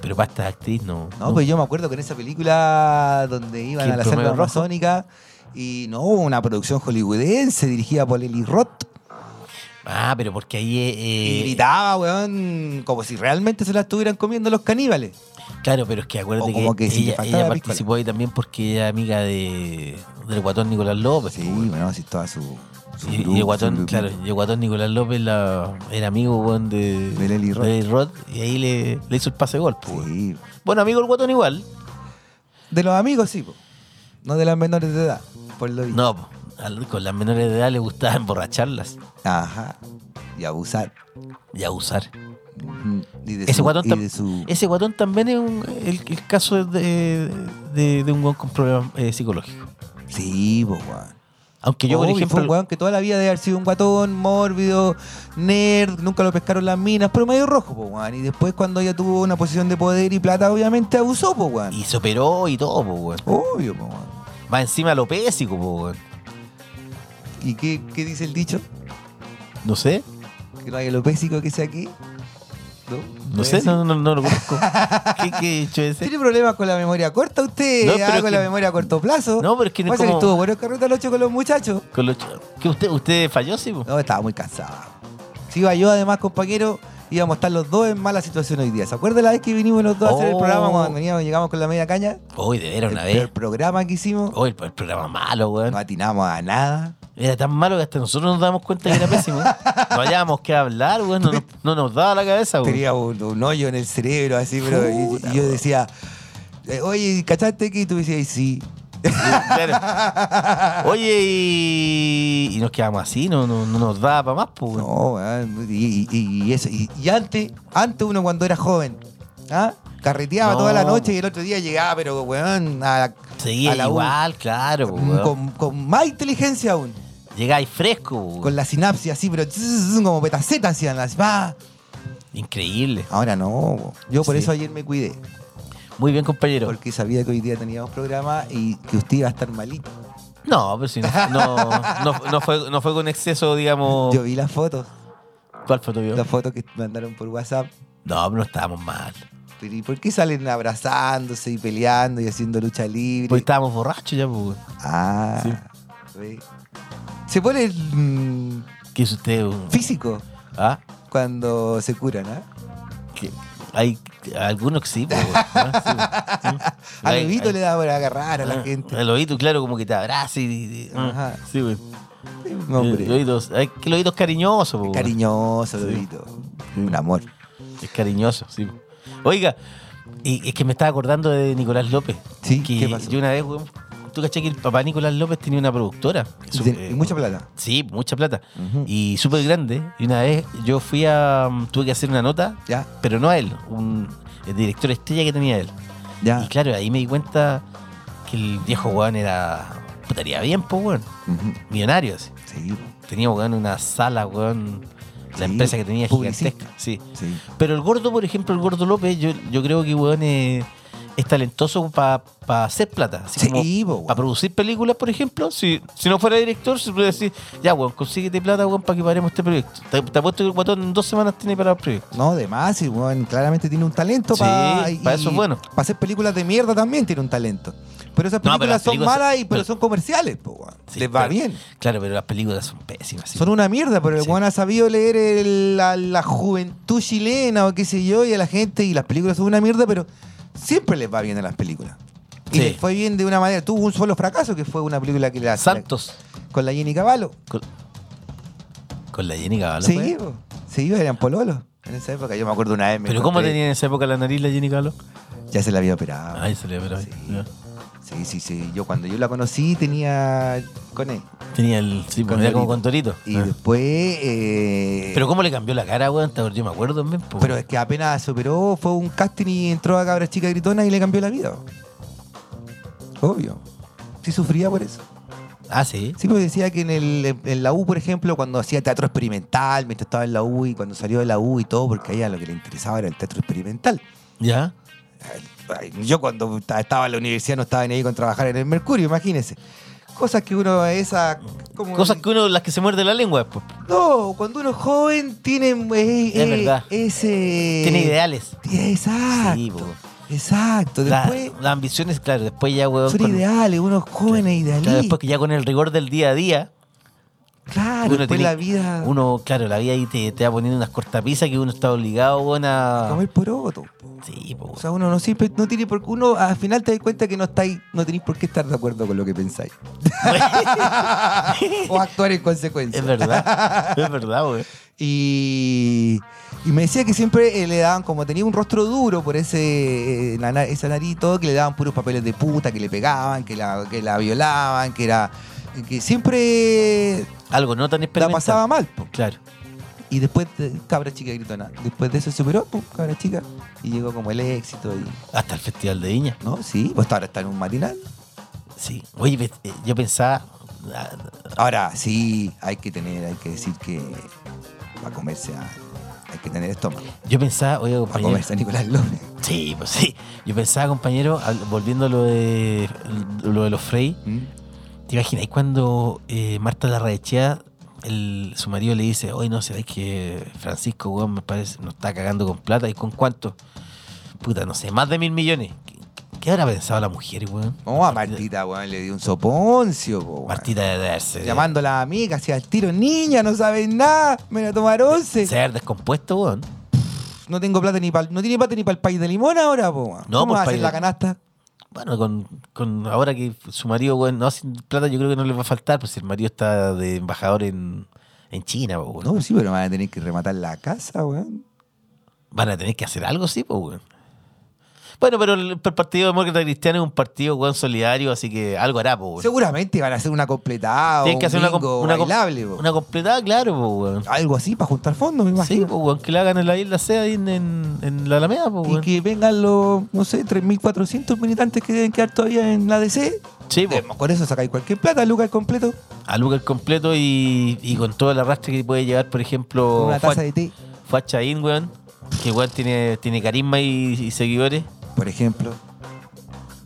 Pero pasta de actriz no.
No, pues yo me acuerdo con esa película donde iban
¿Quién,
a la
Romeo
selva
Rojo?
amazónica y no, una producción hollywoodense dirigida por Eli Roth
Ah, pero porque ahí.
y
Eh, eh,
gritaba, weón, como si realmente se la estuvieran comiendo los caníbales.
claro, pero es que acuérdate
O como
que,
que si te
ella,
faltaba
ella
la piscola.
participó ahí también porque ella es amiga de, del guatón Nicolás López.
Sí,
po, weón.
bueno, así toda su. su
Y,
grupo,
y el
su
guatón,
grupito.
claro, y el guatón Nicolás López la- era amigo weón, de,
De Lely Roth.
Lely Roth, y ahí le, le hizo el pase de gol. po, weón.
Sí.
Bueno, amigo el guatón igual.
De los amigos, sí, po. no de las menores de edad, por lo visto.
No, po, al- con las menores de edad le gustaba emborracharlas
Ajá. Y abusar.
y abusar.
Ujú. Y de
Ese
su-
guatón,
y
tam-
de su-
ese guatón también es un- el, el caso de, de- de un guan con problemas eh, psicológicos.
Sí, po, weón.
Aunque yo, por
Obvio, fue un
ejemplo,
weón que toda la vida debe haber sido un guatón, mórbido, nerd, nunca lo pescaron las minas, pero medio rojo, po, weón. Y después cuando ella tuvo una posición de poder y plata, obviamente abusó, po, weón.
y se operó y todo, po, weón.
Obvio, po, weón.
Más encima lo pésico, po, weón.
¿Y qué, qué dice el dicho?
No sé.
Que no hay lo pésico que sea aquí. ¿no? Eh,
No sé, no, no, no lo conozco. [laughs] ¿Qué, qué hecho ese?
¿Tiene problemas con la memoria corta usted?
No,
Ah,
pero
con
que-
la memoria a corto plazo.
No, pero es que no es
Pasa que
como-
estuvo bueno el carrete al 8 con los muchachos.
Con los ch- ¿Qué usted, usted falló, sí? po?
No, estaba muy cansado. Si iba yo, además, compañero, íbamos a estar los dos en mala situación hoy día. ¿Se acuerda la vez que vinimos los dos a hacer el
Oh.
programa cuando veníamos, llegamos con la media caña?
Hoy, de veras, una
el
vez. Oh,
peor programa que hicimos.
Hoy, el, el programa malo, weón.
No atinamos a nada.
Era tan malo que hasta nosotros nos damos cuenta que era pésimo. No hallábamos que hablar, weón. No, nos- no nos daba la cabeza, weón.
Tenía un, un hoyo en el cerebro, así, pero y- y yo decía, eh, oye, ¿cachaste que? Y tú decías, sí.
Claro. Oye, y, y nos quedamos así, no, no, no nos daba para más, pues. weón.
No, weón, y, y- y eso. Y, y antes, antes uno cuando era joven, ¿ah? carreteaba
No.
toda la noche y el otro día llegaba, pero weón, a,
Seguía
a la U,
igual, claro, pues, weón.
con, con más inteligencia aún.
Llegáis fresco, pues, weón.
Con la sinapsis así, pero zzz, como petaceta hacían las. va.
Increíble.
Ahora no. bo. Yo por
Sí.
eso ayer me cuidé.
Muy bien, compañero.
Porque sabía que hoy día teníamos programa y que usted iba a estar malito.
No, pero si no, no, no- no fue, no fue con exceso, digamos.
Yo vi las fotos.
¿Cuál fue tu video?
Las fotos que mandaron por WhatsApp.
No, pero no estábamos mal.
Pero ¿y por qué salen abrazándose y peleando y haciendo lucha libre?
Pues estábamos borrachos ya, pues. weón.
Ah. ve. Se pone mm,
¿Qué es usted? weón?
físico
¿Ah?
cuando se curan, ¿ah?
que hay algunos que sí, po, weón,
[laughs]
¿no? Sí, weón. Sí.
Al
Hay-
bebito
hay-
le da por agarrar a la
ah,
gente.
Al oído, claro, como que te abraza y. y- ah,
Ajá.
Sí, güey.
No, hombre.
El oído, hay que el oído es cariñoso, pues, po, weón.
Cariñoso, bebito. Un amor.
Es cariñoso, sí. po. Oiga, y, es que me estaba acordando de Nicolás López.
Sí,
que
¿qué pasó?
Yo una vez, weón, tú caché que el papá Nicolás López tenía una productora.
Y
Su-
ten-
eh,
y mucha plata.
Sí, mucha plata.
Ujú.
Y súper grande. Y una vez yo fui a. mm, Tuve que hacer una nota,
Ya,
pero no a él, un el director estrella que tenía él.
ya.
Y claro, ahí me di cuenta que el viejo weón era. Putaría bien, pues weón.
Ujú.
Millonario, así.
Sí,
Tenía weón una sala, weón. La
Sí,
empresa que tenía
publicista.
gigantesca. Sí.
sí.
Pero el gordo, por ejemplo, el gordo López, yo, yo creo que weón es, es talentoso para hacer plata. Así
Sí,
como
po, weón.
para producir películas, por ejemplo. Si, si no fuera director, se puede decir, ya weón, consíguete plata, weón, para que paremos este proyecto. Te, te apuesto que el guatón en dos semanas tiene para el proyecto.
No, de más, y weón, claramente tiene un talento
Sí, pa' eso es bueno.
Para hacer películas de mierda también tiene un talento. Pero esas
No, pero
películas
las
son
películas-
malas, y, pero,
pero-
son comerciales, po, weón.
Sí,
Les va
pero-
bien.
Claro, pero las películas son pésimas. sí.
Son una mierda, pero el
Sí.
weón ha sabido leer el- la, la juventud chilena o qué sé yo, y a la gente, y las películas son una mierda, pero siempre les va bien a las películas. Y
Sí.
les fue bien de una manera. Tuvo un solo fracaso, que fue una película que le hace
Santos.
con la Jenny Cavallo.
Con, con la Jenny Caballo.
Sí, po. sí, eran pololos. En esa época, yo me acuerdo una vez. me
¿Pero cómo
encontré-
tenía en esa época la nariz la Jenny Caballo?
Ya se la había operado.
Ay, se le pero
Ah, Sí. Sí, sí, sí. Yo cuando yo la conocí tenía con él.
Tenía el. Sí, pues,
Con
era como
Dorito.
con Torito.
Y
Ah.
después. eh,
Pero cómo le cambió la cara, weón, Hasta yo me acuerdo, pues. men, po.
pero es que apenas se operó, fue un casting y entró a cabra chica gritona y le cambió la vida. Obvio. Sí sufría por eso.
Ah, sí.
Sí, porque decía que en, el, en la U, por ejemplo, cuando hacía teatro experimental, mientras estaba en la U y cuando salió de la U y todo, porque a ella lo que le interesaba era el teatro experimental.
Ya.
Ay, Yo cuando ta- estaba en la universidad no estaba ni ahí con trabajar en el Mercurio, imagínense. Cosas que uno, esa... como-
Cosas que uno, las que se muerde la lengua, pues.
No, cuando uno es joven tiene eh,
Es
eh,
verdad.
ese
Tiene ideales.
Eh, Exacto.
Sí, po.
Exacto.
La-
Después
las ambiciones, claro, después ya, weón.
son
con-
ideales, unos jóvenes
claro,
idealistas.
después
Claro,
que ya con el rigor del día a día.
después
tiene-
la vida
Uno, claro, la vida ahí te, te va poniendo unas cortapisas que uno está obligado, weón, a.
comer poroto. po.
Sí, pues, po.
O sea, uno no siempre no tiene por uno al final te das cuenta que no estáis, no tenéis por qué estar de acuerdo con lo que
[laughs]
pensáis. [laughs] o actuar en consecuencia. [laughs]
es verdad. es verdad, weón.
Y, y me decía que siempre eh, le daban, como tenía un rostro duro por ese eh, la na- esa nariz y todo, que le daban puros papeles de puta, que le pegaban, que la, que la violaban, que era. que siempre
Algo no tan
la
experimental. Pues,
pasaba mal. po.
Claro.
Y después, de- cabra chica gritona. Después de eso se operó, pum, cabra chica. Y llegó como el éxito. Y,
Hasta el Festival de Viña.
¿No? Sí, pues ahora está en un matinal.
Sí. Oye, ve- eh, yo pensaba. ah,
Ahora sí, hay que tener, hay que decir que va a comerse a. Hay que tener estómago.
Yo pensaba, oye,
Va a
compañero.
comerse a Nicolás López.
Sí, pues sí. Yo pensaba, compañero, al- volviendo a lo de, lo de los Frey,
¿Mm?
¿te imagináis cuando eh, Marta Larraechea el- su marido le dice, hoy no sé, es que Francisco, weón, me parece, nos está cagando con plata. ¿Y con cuánto? Puta, no sé, más de mil millones. ¿Qué, qué habrá pensado la mujer, weón?
No, Oh, a Martita, weón, le di un soponcio, po, weón.
Martita eh. de darse.
Llamando a la amiga, hacía el tiro, niña, no sabes nada, me voy a tomar once.
Ser descompuesto, weón.
No tengo plata ni para no tiene plata ni para el país de limón ahora, po, weón.
No,
¿Cómo
pues,
va a hacer
país
la
de-
canasta?
Bueno, con, con ahora que su marido, weón, no hace plata, yo creo que no le va a faltar, pues el marido está de embajador en, en China, po, weón.
No, sí, pero van a tener que rematar la casa, weón.
Van a tener que hacer algo, sí, pues, weón. Bueno, pero el, el Partido Demócrata Cristiano es un partido, weón, solidario, así que algo hará, pues, weón.
Seguramente van a hacer una completada o
Tienen
un
que hacer una, com-
bingo
una, com-
bailable, po.
una completada, claro, po, weón.
Algo así para juntar fondos, me
Sí,
imagino.
po, weón, que la hagan en la isla sea ahí en, en, en la Alameda, po,
y
weón.
que vengan los, no sé, 3.400 militantes que deben quedar todavía en la DC.
Sí, po,
Con eso sacáis cualquier plata, Lucas, completo.
a Lucas completo y, y con todo el arrastre que puede llevar, por ejemplo,
una
Fua-
taza de té,
Fachaín, weón, que weón tiene, tiene carisma y, y seguidores.
por ejemplo.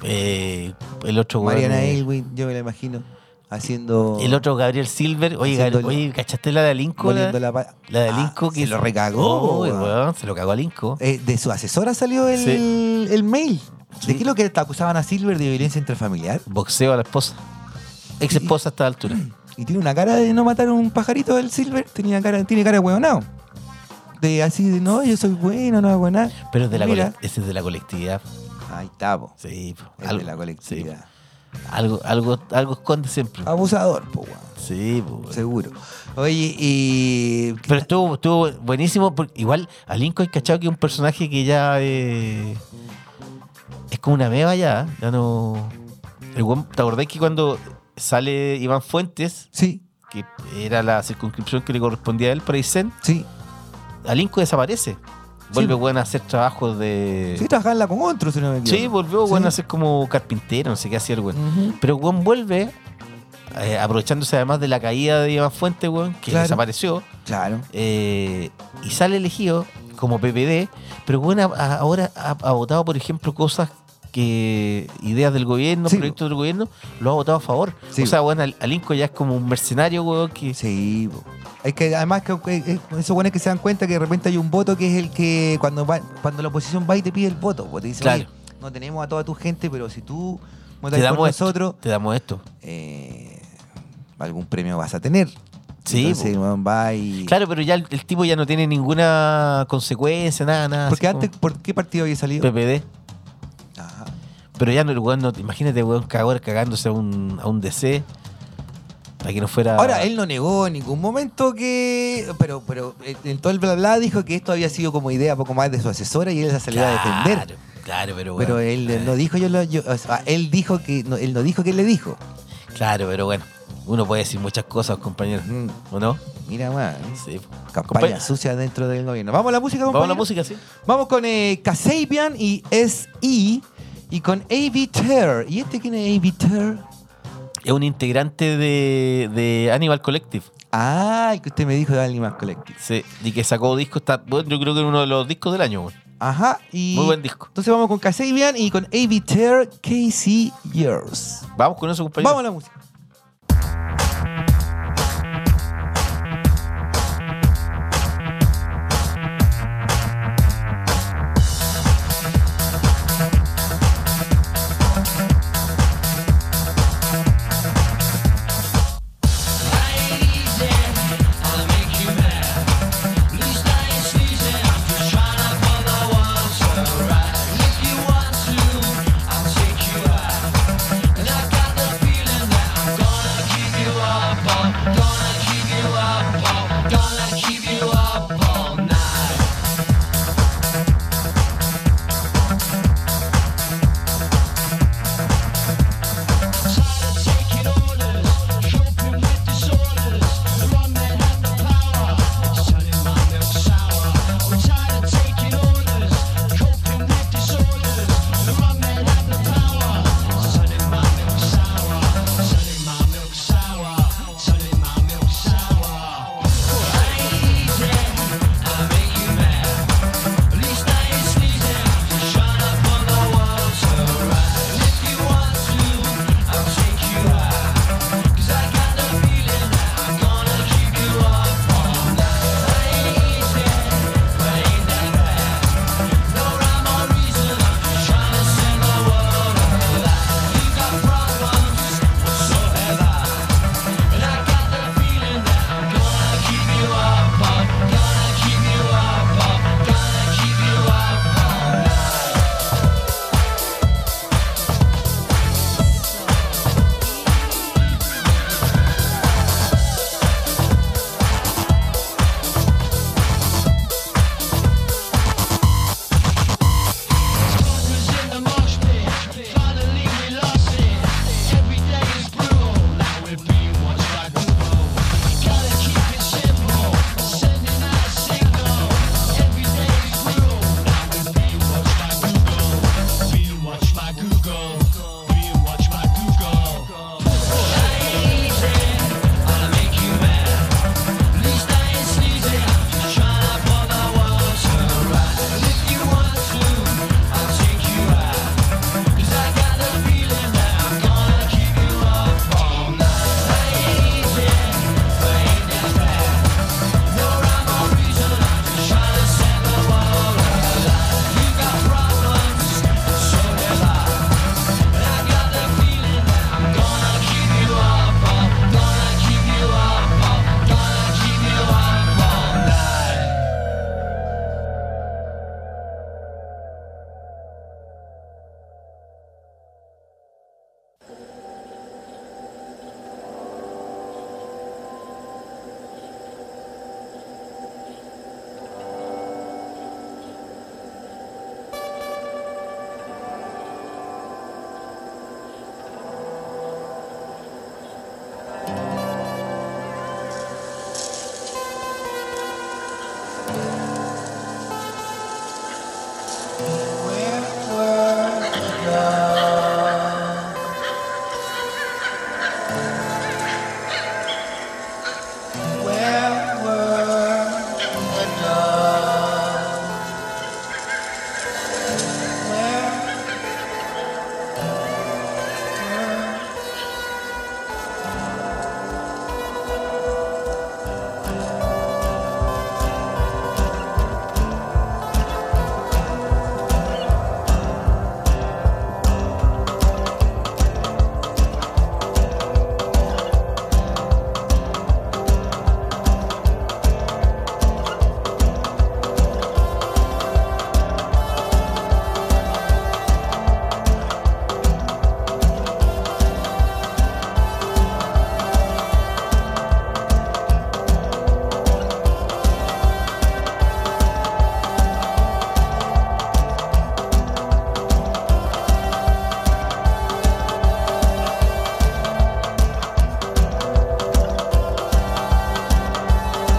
Eh, el otro weón.
Mariana
eh,
Elwin, yo me la imagino haciendo.
el otro Gabriel Silver. Oye, Gab-
Haciendo-
oye ¿cachaste la de Alinco? La,
volviendo la, pa-
la de
Ah,
Alinco que
se lo recagó.
Oh,
weón.
weón, se lo cagó Alinco.
Eh, de su asesora salió el,
Sí.
el mail.
Sí.
¿De qué es lo que acusaban a Silver de violencia intrafamiliar?
Boxeo a la esposa. Ex esposa a esta altura.
Y tiene una cara de no matar a un pajarito del Silver. Tenía cara, tiene cara de hueonado. De así de no, yo soy bueno, no hago nada.
Pero es de la,
Mira.
colec- ese es de la colectividad.
Ahí está, po.
Sí, po.
Es de la colectividad.
sí, po. algo, algo, algo esconde siempre.
Ah, Abusador, po, weón.
Sí, po, weón.
Seguro. Oye, y.
pero estuvo, estuvo buenísimo. Porque igual a Lincoln cachado que es un personaje que ya eh, es como una meba ya. ¿eh? Ya no. el weón- ¿Te acordás que cuando sale Iván Fuentes,
Sí,
que era la circunscripción que le correspondía a él para Isen,
sí.
a Lincoln desaparece? Vuelve weón, a hacer trabajos de.
Sí, trabajarla con otros, si no me equivoco.
Sí, volvió weón,
Sí.
a ser como carpintero, no sé qué hacía el weón.
Ujú.
Pero weón vuelve, eh, aprovechándose además de la caída de Iván Fuente, weón, que
Claro.
desapareció,
Claro.
eh, y sale elegido como PPD, pero weón a- a- ahora ha, ha votado, por ejemplo, cosas que ideas del gobierno,
Sí,
proyectos del gobierno, lo ha votado a favor.
Sí,
o sea, weón, Al- Alinco ya es como un mercenario, weón, que...
Sí, po. es que además que, que- que esos buenos que se dan cuenta que de repente hay un voto que es el que cuando va- cuando la oposición va y te pide el voto, po, te dice,
Claro.
"Oye, no tenemos a toda tu gente, pero si tú
te
votas por
damos esto,
nosotros,
Te damos esto.
eh, algún premio vas a tener.
Sí,
Entonces,
po.
el weón va y...
Claro, pero ya el, el tipo ya no tiene ninguna consecuencia, nada, nada.
Porque
así como
antes, ¿por qué partido había salido?
PPD.
Ajá.
Pero ya no, el weón no. Imagínate, weón, cagador cagándose a un, a un DC. Para que no fuera.
Ahora, él no negó en ningún momento que... Pero pero eh, en todo el bla bla dijo que esto había sido como idea poco más de su asesora y él la salió a defender.
Claro, Eh. Claro, pero bueno.
Pero él no dijo, yo, lo- yo- o sea, él dijo que no, él no dijo que él le dijo.
Claro, pero bueno. Uno puede decir muchas cosas, compañero.
Mm,
¿O no?
mira, man,
Sí.
campaña
Compa-
sucia dentro del gobierno. Vamos a la música,
Vamos a la
compañero?
música, sí.
Vamos con eh, Kasabian y S.E. y con A.B. Ter. ¿Y este quién es A.B. Ter?
Es un integrante de, de Animal Collective.
Ah, el que usted me dijo de Animal Collective.
Sí. Y que sacó discos. Está, bueno, yo creo que es uno de los discos del año, weón.
Ajá, y.
Muy buen disco.
Entonces vamos con Kasabian y con A.B. Ter, KC Years.
Vamos con eso, compañero.
Vamos a la música.
If you want to, I'll take you out. And I got the feeling that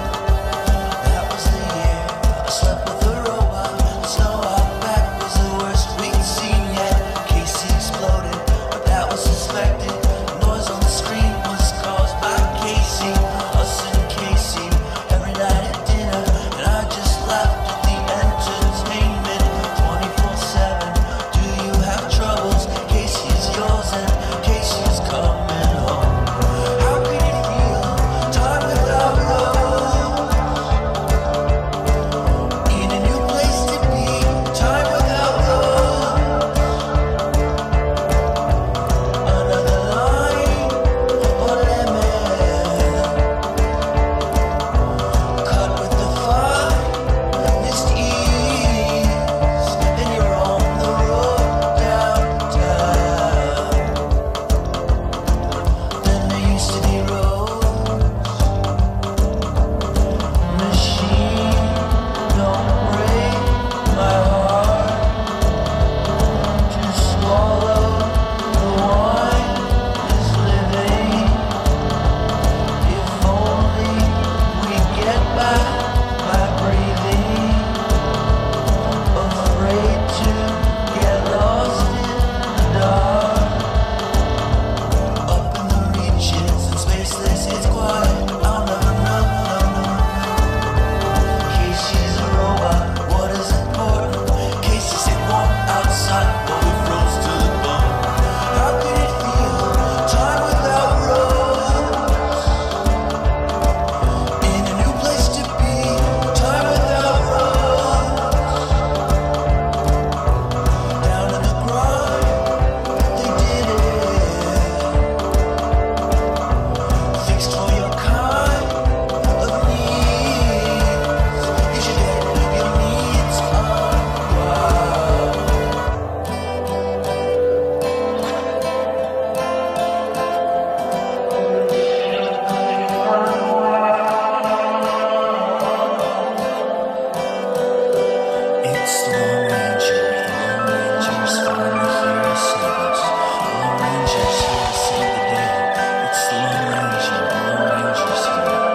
That was the year I slept with a robot. Snowback was the worst we'd seen yet. Casey exploded, but that was suspected. Noise on the screen was caused by Casey. Us and Casey every night at dinner, and I just laughed at the entertainment. 24/7. Do you have troubles? Casey is yours, and Casey is coming home. How could it feel? Time without love. In a new place to be, time without love. Another line or lemon. Cut with the finest ease, and you're on the road downtown. Then there used to be roads, machines. Don't break my heart. Just swallow the wine is living. If only we get back by breathing. Afraid to get lost in the dark. Up in the reaches and spaceless, it's quiet. I'll never know, no, no, no. Casey's a robot, what is important? Casey said walk outside, but we froze to the bone. How could it feel? Time without roads. In a new place to be, time without roads. Down in the grind, they did it. Fixed for your kind of need. You should get your needs unwired. It's the Lone Ranger. The Lone Ranger's finally here to save us. The Lone Ranger's here to save the day. It's the Lone Ranger. The Lone Ranger's here.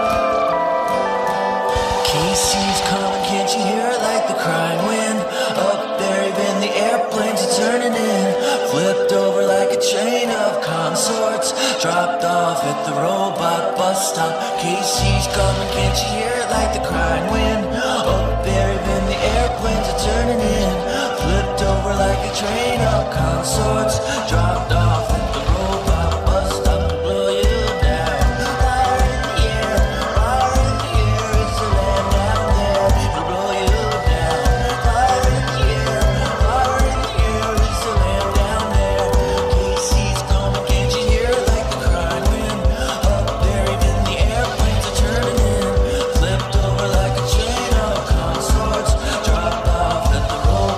Casey's coming, can't you hear it like the crying wind? Up there, even the airplanes are turning in. Flipped over like a chain of consorts. Dropped off at the robot bus stop. Casey's coming, can't you hear it like the crying wind? Up there, even the airplanes are turning in. Flipped over like a train of consorts. Dropped off at the robot bus stop. Blow you down. Fire in the air, fire in the air. It's the land down there. It'll blow you down. Fire in the air, fire in the air. It's the land down there. Casey's coming, can't you hear it like the crying wind? Up there, even the airplanes are turning in. Flipped over like a chain of consorts. Dropped off at the robot.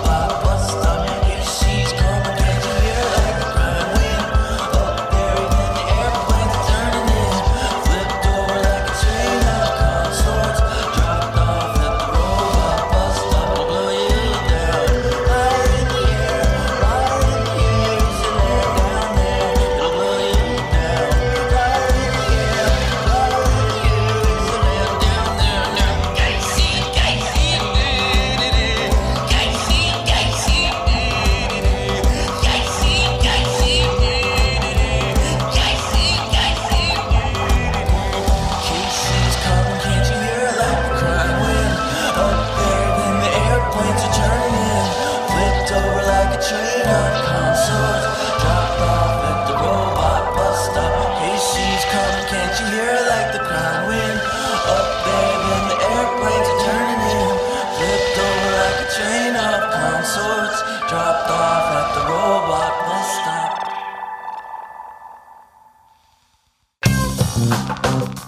of consorts. Dropped off at the robot bus stop. Hey, she's coming, can't you hear her like the crying wind? Up there when the airplanes are turning in. Flipped over like a train of consorts. Dropped off at the robot bus stop.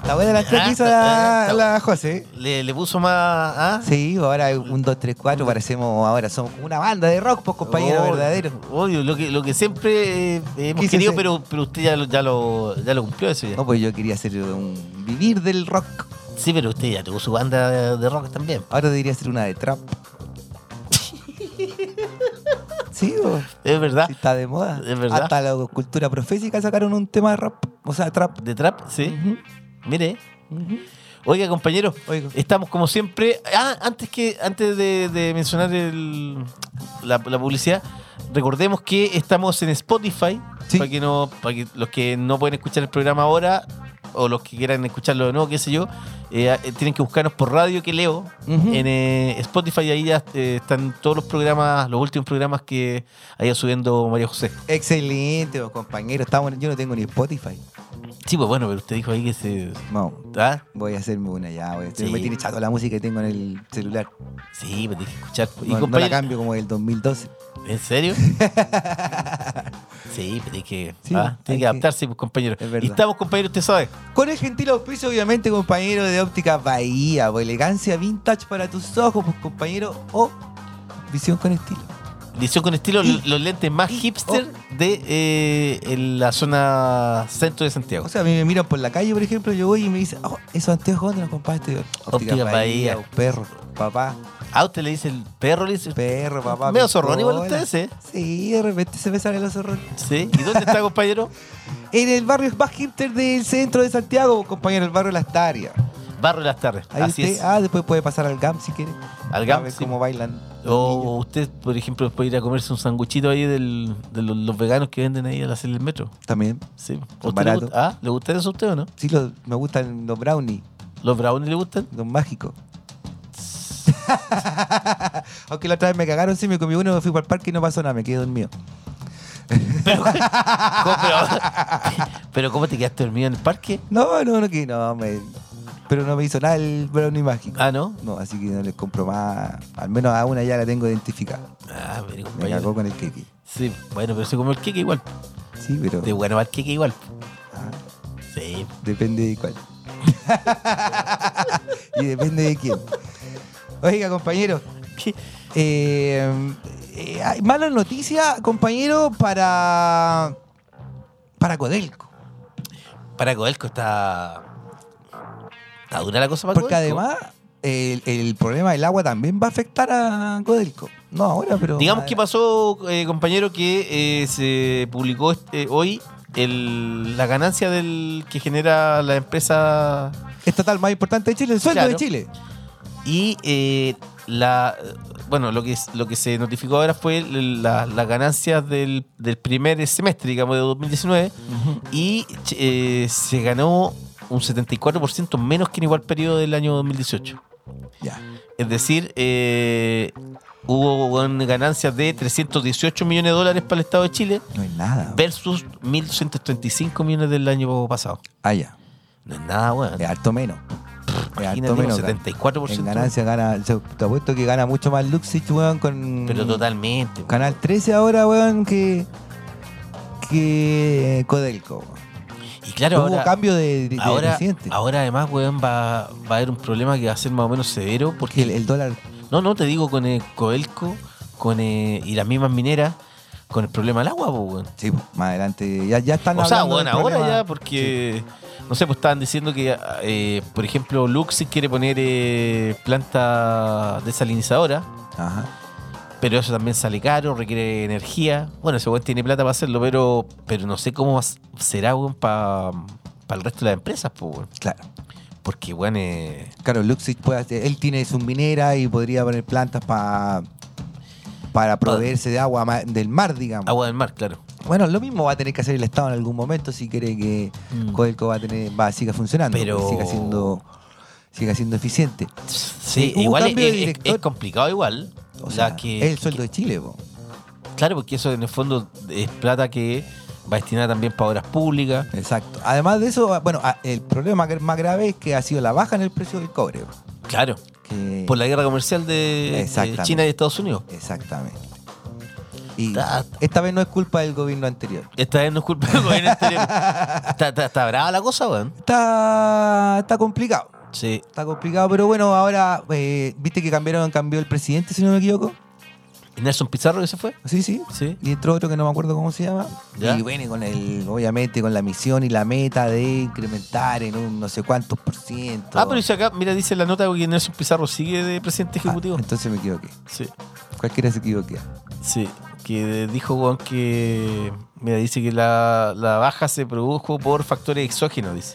Está buena la entrada que hizo la, la José.
Le, le puso más. ¿ah?
Sí, ahora hay un, dos, tres, cuatro, parecemos ahora somos como una banda de rock, pues compañero
Obvio,
verdadero.
Obvio, lo que, lo que siempre eh, hemos
Quise
querido,
ser-
pero, pero usted ya lo, ya lo, ya lo cumplió eso ya.
No, pues yo quería hacer un vivir del rock.
Sí, pero usted ya tuvo su banda de, de rock también.
Ahora debería ser una de
[laughs]
trap. sí, bo,
Es verdad.
sí está de moda.
Es verdad.
Hasta la cultura profética sacaron un tema de rap. O sea, trap.
De trap, sí. Mire. Oiga, compañero,
Oiga.
estamos como siempre. Ah, antes que antes de, de mencionar el- la, la publicidad, recordemos que estamos en Spotify.
Sí.
Para que no, para que los que no pueden escuchar el programa ahora o los que quieran escucharlo de nuevo, qué sé yo, eh, eh, tienen que buscarnos por radio que leo
Ujú.
en eh, Spotify. Ahí ya eh, están todos los programas, los últimos programas que ha ido subiendo María José.
Excelente, bo, compañero. Estamos, yo no tengo ni Spotify.
Sí, pues bueno, pero usted dijo ahí que se.
No,
¿ah?
voy a hacerme una ya. Voy a hacer-
Sí.
Me tiene chato la música que tengo en el celular.
Sí, pues tienes que escuchar. pues.
No, no la
compañero-
cambio como el 2012. [laughs]
¿En serio? sí, pero hay que,
Sí,
ah,
hay
tiene
que-
que adaptarse, pues, compañero.
Es verdad.
Y estamos, compañero, usted sabe.
Con el gentil auspicio, obviamente, compañero de óptica Bahía, o elegancia vintage para tus ojos, pues, compañero, o visión con estilo.
Edición con estilo,
Y-
los lentes más
y- oh.
hipster de eh, en la zona centro de Santiago.
O sea, a mí me miran por la calle, por ejemplo, yo voy y me dicen, oh, esos anteojos, ¿dónde los compraste? Yo,
Óptica Bahía.
oh, perro, papá,
A usted le dice el perro, le dice.
perro, papá.
Medio zorrón igual
pistola.
ustedes, ¿eh?
Sí, de repente se me salen los zorrones.
¿Sí? ¿Y dónde está, compañero?
En el barrio más hipster del centro de Santiago, compañero, el barrio Las Tarias.
Barrio de las tardes.
Ahí
Así
usted,
es.
ah, después puede pasar al GAM si quiere.
Al
A
GAM,
ver
sí. Oh.
cómo bailan. los
O usted, por ejemplo, puede ir a comerse un sanguchito ahí del- de los, los veganos que venden ahí al hacer el metro.
niños. También.
Sí. ¿A
Son
usted le
baratos.
gusta, ah, ¿Le gusta eso a usted o no?
Sí, los- me gustan los brownies.
¿Los brownies le gustan?
Don Mágico. [laughs] Aunque la otra vez me cagaron, sí, me comí uno, me fui para el parque y no pasó nada, me quedé dormido.
¿Cómo,
[laughs]
pero, pero ¿cómo te quedaste dormido en el parque?
No, no, no, que no, me- pero no me hizo nada el brownie mágico.
Ah, ¿no?
No, así que no les compro más. Al menos a una ya la tengo identificada.
Ah, pero
Me
compañero.
cagó con el keki.
Sí, bueno, pero se comió el queque igual.
Sí, pero
De bueno va el queque igual.
ah,
Sí.
depende de cuál. [laughs] y depende de quién. Oiga, compañero,
¿Qué?
Eh, eh, hay malas noticias, compañero, para. Para Codelco.
Para Codelco está. Está dura la cosa para
Porque
Codelco.
además, el, el problema del agua también va a afectar a Codelco. No ahora, pero.
Digamos
más
que
adelante.
pasó, eh, compañero, que eh, se publicó este- hoy el- la ganancia del que genera la empresa
Estatal más importante de Chile, el sueldo
Claro.
de Chile.
Y eh, la bueno, lo que, lo que se notificó ahora fue el- la- las ganancias del, del primer semestre, digamos, de 2019. Y ch- eh, se ganó un 74% menos que en igual periodo del año 2018.
Ya.
Es decir, eh, hubo weón, ganancias de 318 millones de dólares para el Estado de Chile
No es nada.
versus 1.235 millones del año pasado.
Ah, ya.
No es nada, weón.
Es harto menos. Es harto
Imagínate, un
menos.
74%.
En ganancia gana. se- Te apuesto que gana mucho más Luxich, weón, con.
Pero totalmente.
Canal 13 ahora, weón, que. Que. Codelco. weón.
Y claro,
Hubo
ahora,
cambio de, de- de
ahora,
presidente.
ahora además, weón, va, va a haber un problema que va a ser más o menos severo.
Porque
Porque,
el, el dólar.
no, no, te digo, con el Coelco con, eh, y las mismas mineras, con el problema del agua, po, weón.
Sí, pues, más adelante. Ya, ya están
O sea,
hablando
weón,
del
ahora
problema.
ya, porque, no sé, pues estaban diciendo que, eh, por ejemplo, Luxi quiere poner eh, planta desalinizadora.
Ajá.
Pero eso también sale caro, requiere energía. Bueno, ese weón tiene plata para hacerlo, pero, pero no sé cómo as- será, weón, para el resto de las empresas, po, weón.
Claro.
Porque, weón, eh,
Claro, Luxich puede hacer. Él tiene su minera y podría poner plantas para. Para proveerse de agua ma- del mar, digamos.
agua del mar, claro.
Bueno, lo mismo va a tener que hacer el Estado en algún momento si quiere que
Mm.
Codelco va a tener, va, siga funcionando,
Pero-
pues, siga siendo, siga siendo eficiente.
Sí,
hubo
igual es,
cambio de
es-
director.
es complicado igual.
O
la
sea,
que,
es el sueldo de Chile, po.
Claro, porque eso en el fondo es plata que va destinada también para obras públicas.
Exacto. Además de eso, bueno, a- el problema gr- más grave es que ha sido la baja en el precio del cobre.
Claro.
que-
Por la guerra comercial de- de,
Exactamente.
China y Estados Unidos.
Exactamente. Y
Ta-
esta vez no es culpa del gobierno anterior.
Esta vez no es culpa del
[laughs]
gobierno anterior. está, está- está brava la cosa, weón.
Está, está complicado.
Sí.
Está complicado, pero bueno, ahora, eh, ¿viste que cambiaron, cambió el presidente, si no me equivoco?
¿Y Nelson Pizarro que se fue?
Sí, sí.
Sí.
Y entró otro que no me acuerdo cómo se llama.
Ya.
Y bueno, y con el, obviamente, con la misión y la meta de incrementar en un no sé cuántos por ciento.
Ah, pero dice acá, mira, dice la nota que Nelson Pizarro sigue de presidente
Ah,
ejecutivo.
entonces me equivoqué.
Sí,
Cualquiera se equivoque.
sí. Que dijo, weón, que. Mira, dice que la, la baja se produjo por factores exógenos, dice.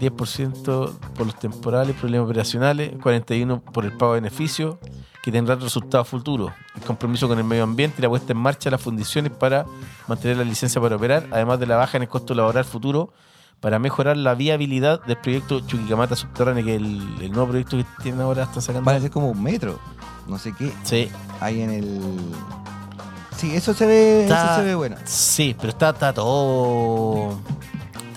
10% por los temporales, problemas operacionales, 41% por el pago de beneficios, que tendrán resultados futuros. El compromiso con el medio ambiente y la puesta en marcha de las fundiciones para mantener la licencia para operar, además de la baja en el costo laboral futuro para mejorar la viabilidad del proyecto Chuquicamata Subterránea, que es el, el nuevo proyecto que tienen ahora, están sacando.
Van a ser como un metro. No sé qué.
Sí,
Ahí en el. Sí, eso se ve,
Está-
eso se ve bueno.
sí, pero está, está todo...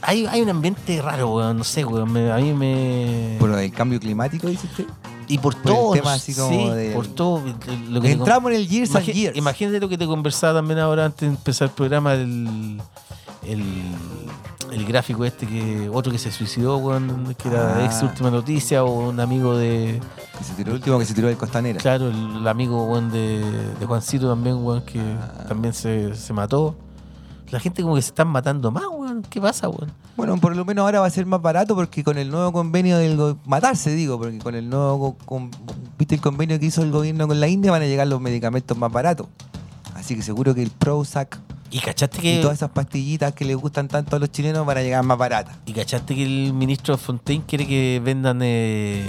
Hay, hay un ambiente raro, weón, no sé, weón, me- a mí me...
Por el cambio climático, dice usted.
y por,
el
todo,
tema
no
así
sé,
como de-
por todo el- lo que te
Entramos en el Years
Imagi-
and Years.
Imagínate lo que te conversaba también ahora antes de empezar el programa, el, el, el gráfico este, que otro que se suicidó, weón, que era
Ah.
ex última noticia, o un amigo de...
Que se tiró el último que se tiró del Costanera.
Claro, el, el amigo weón, de, de Juancito también, weón, que
Ah.
también se, se mató. La gente como que se están matando más, weón. ¿Qué pasa, weón?
Bueno, por lo menos ahora va a ser más barato porque con el nuevo convenio del go- matarse, digo, porque con el nuevo go- con- viste el convenio que hizo el gobierno con la India van a llegar los medicamentos más baratos. Así que seguro que el Prozac
Y cachaste que.
y todas esas pastillitas que les gustan tanto a los chilenos van a llegar más baratas.
Y cachaste que el ministro Fontaine quiere que vendan eh,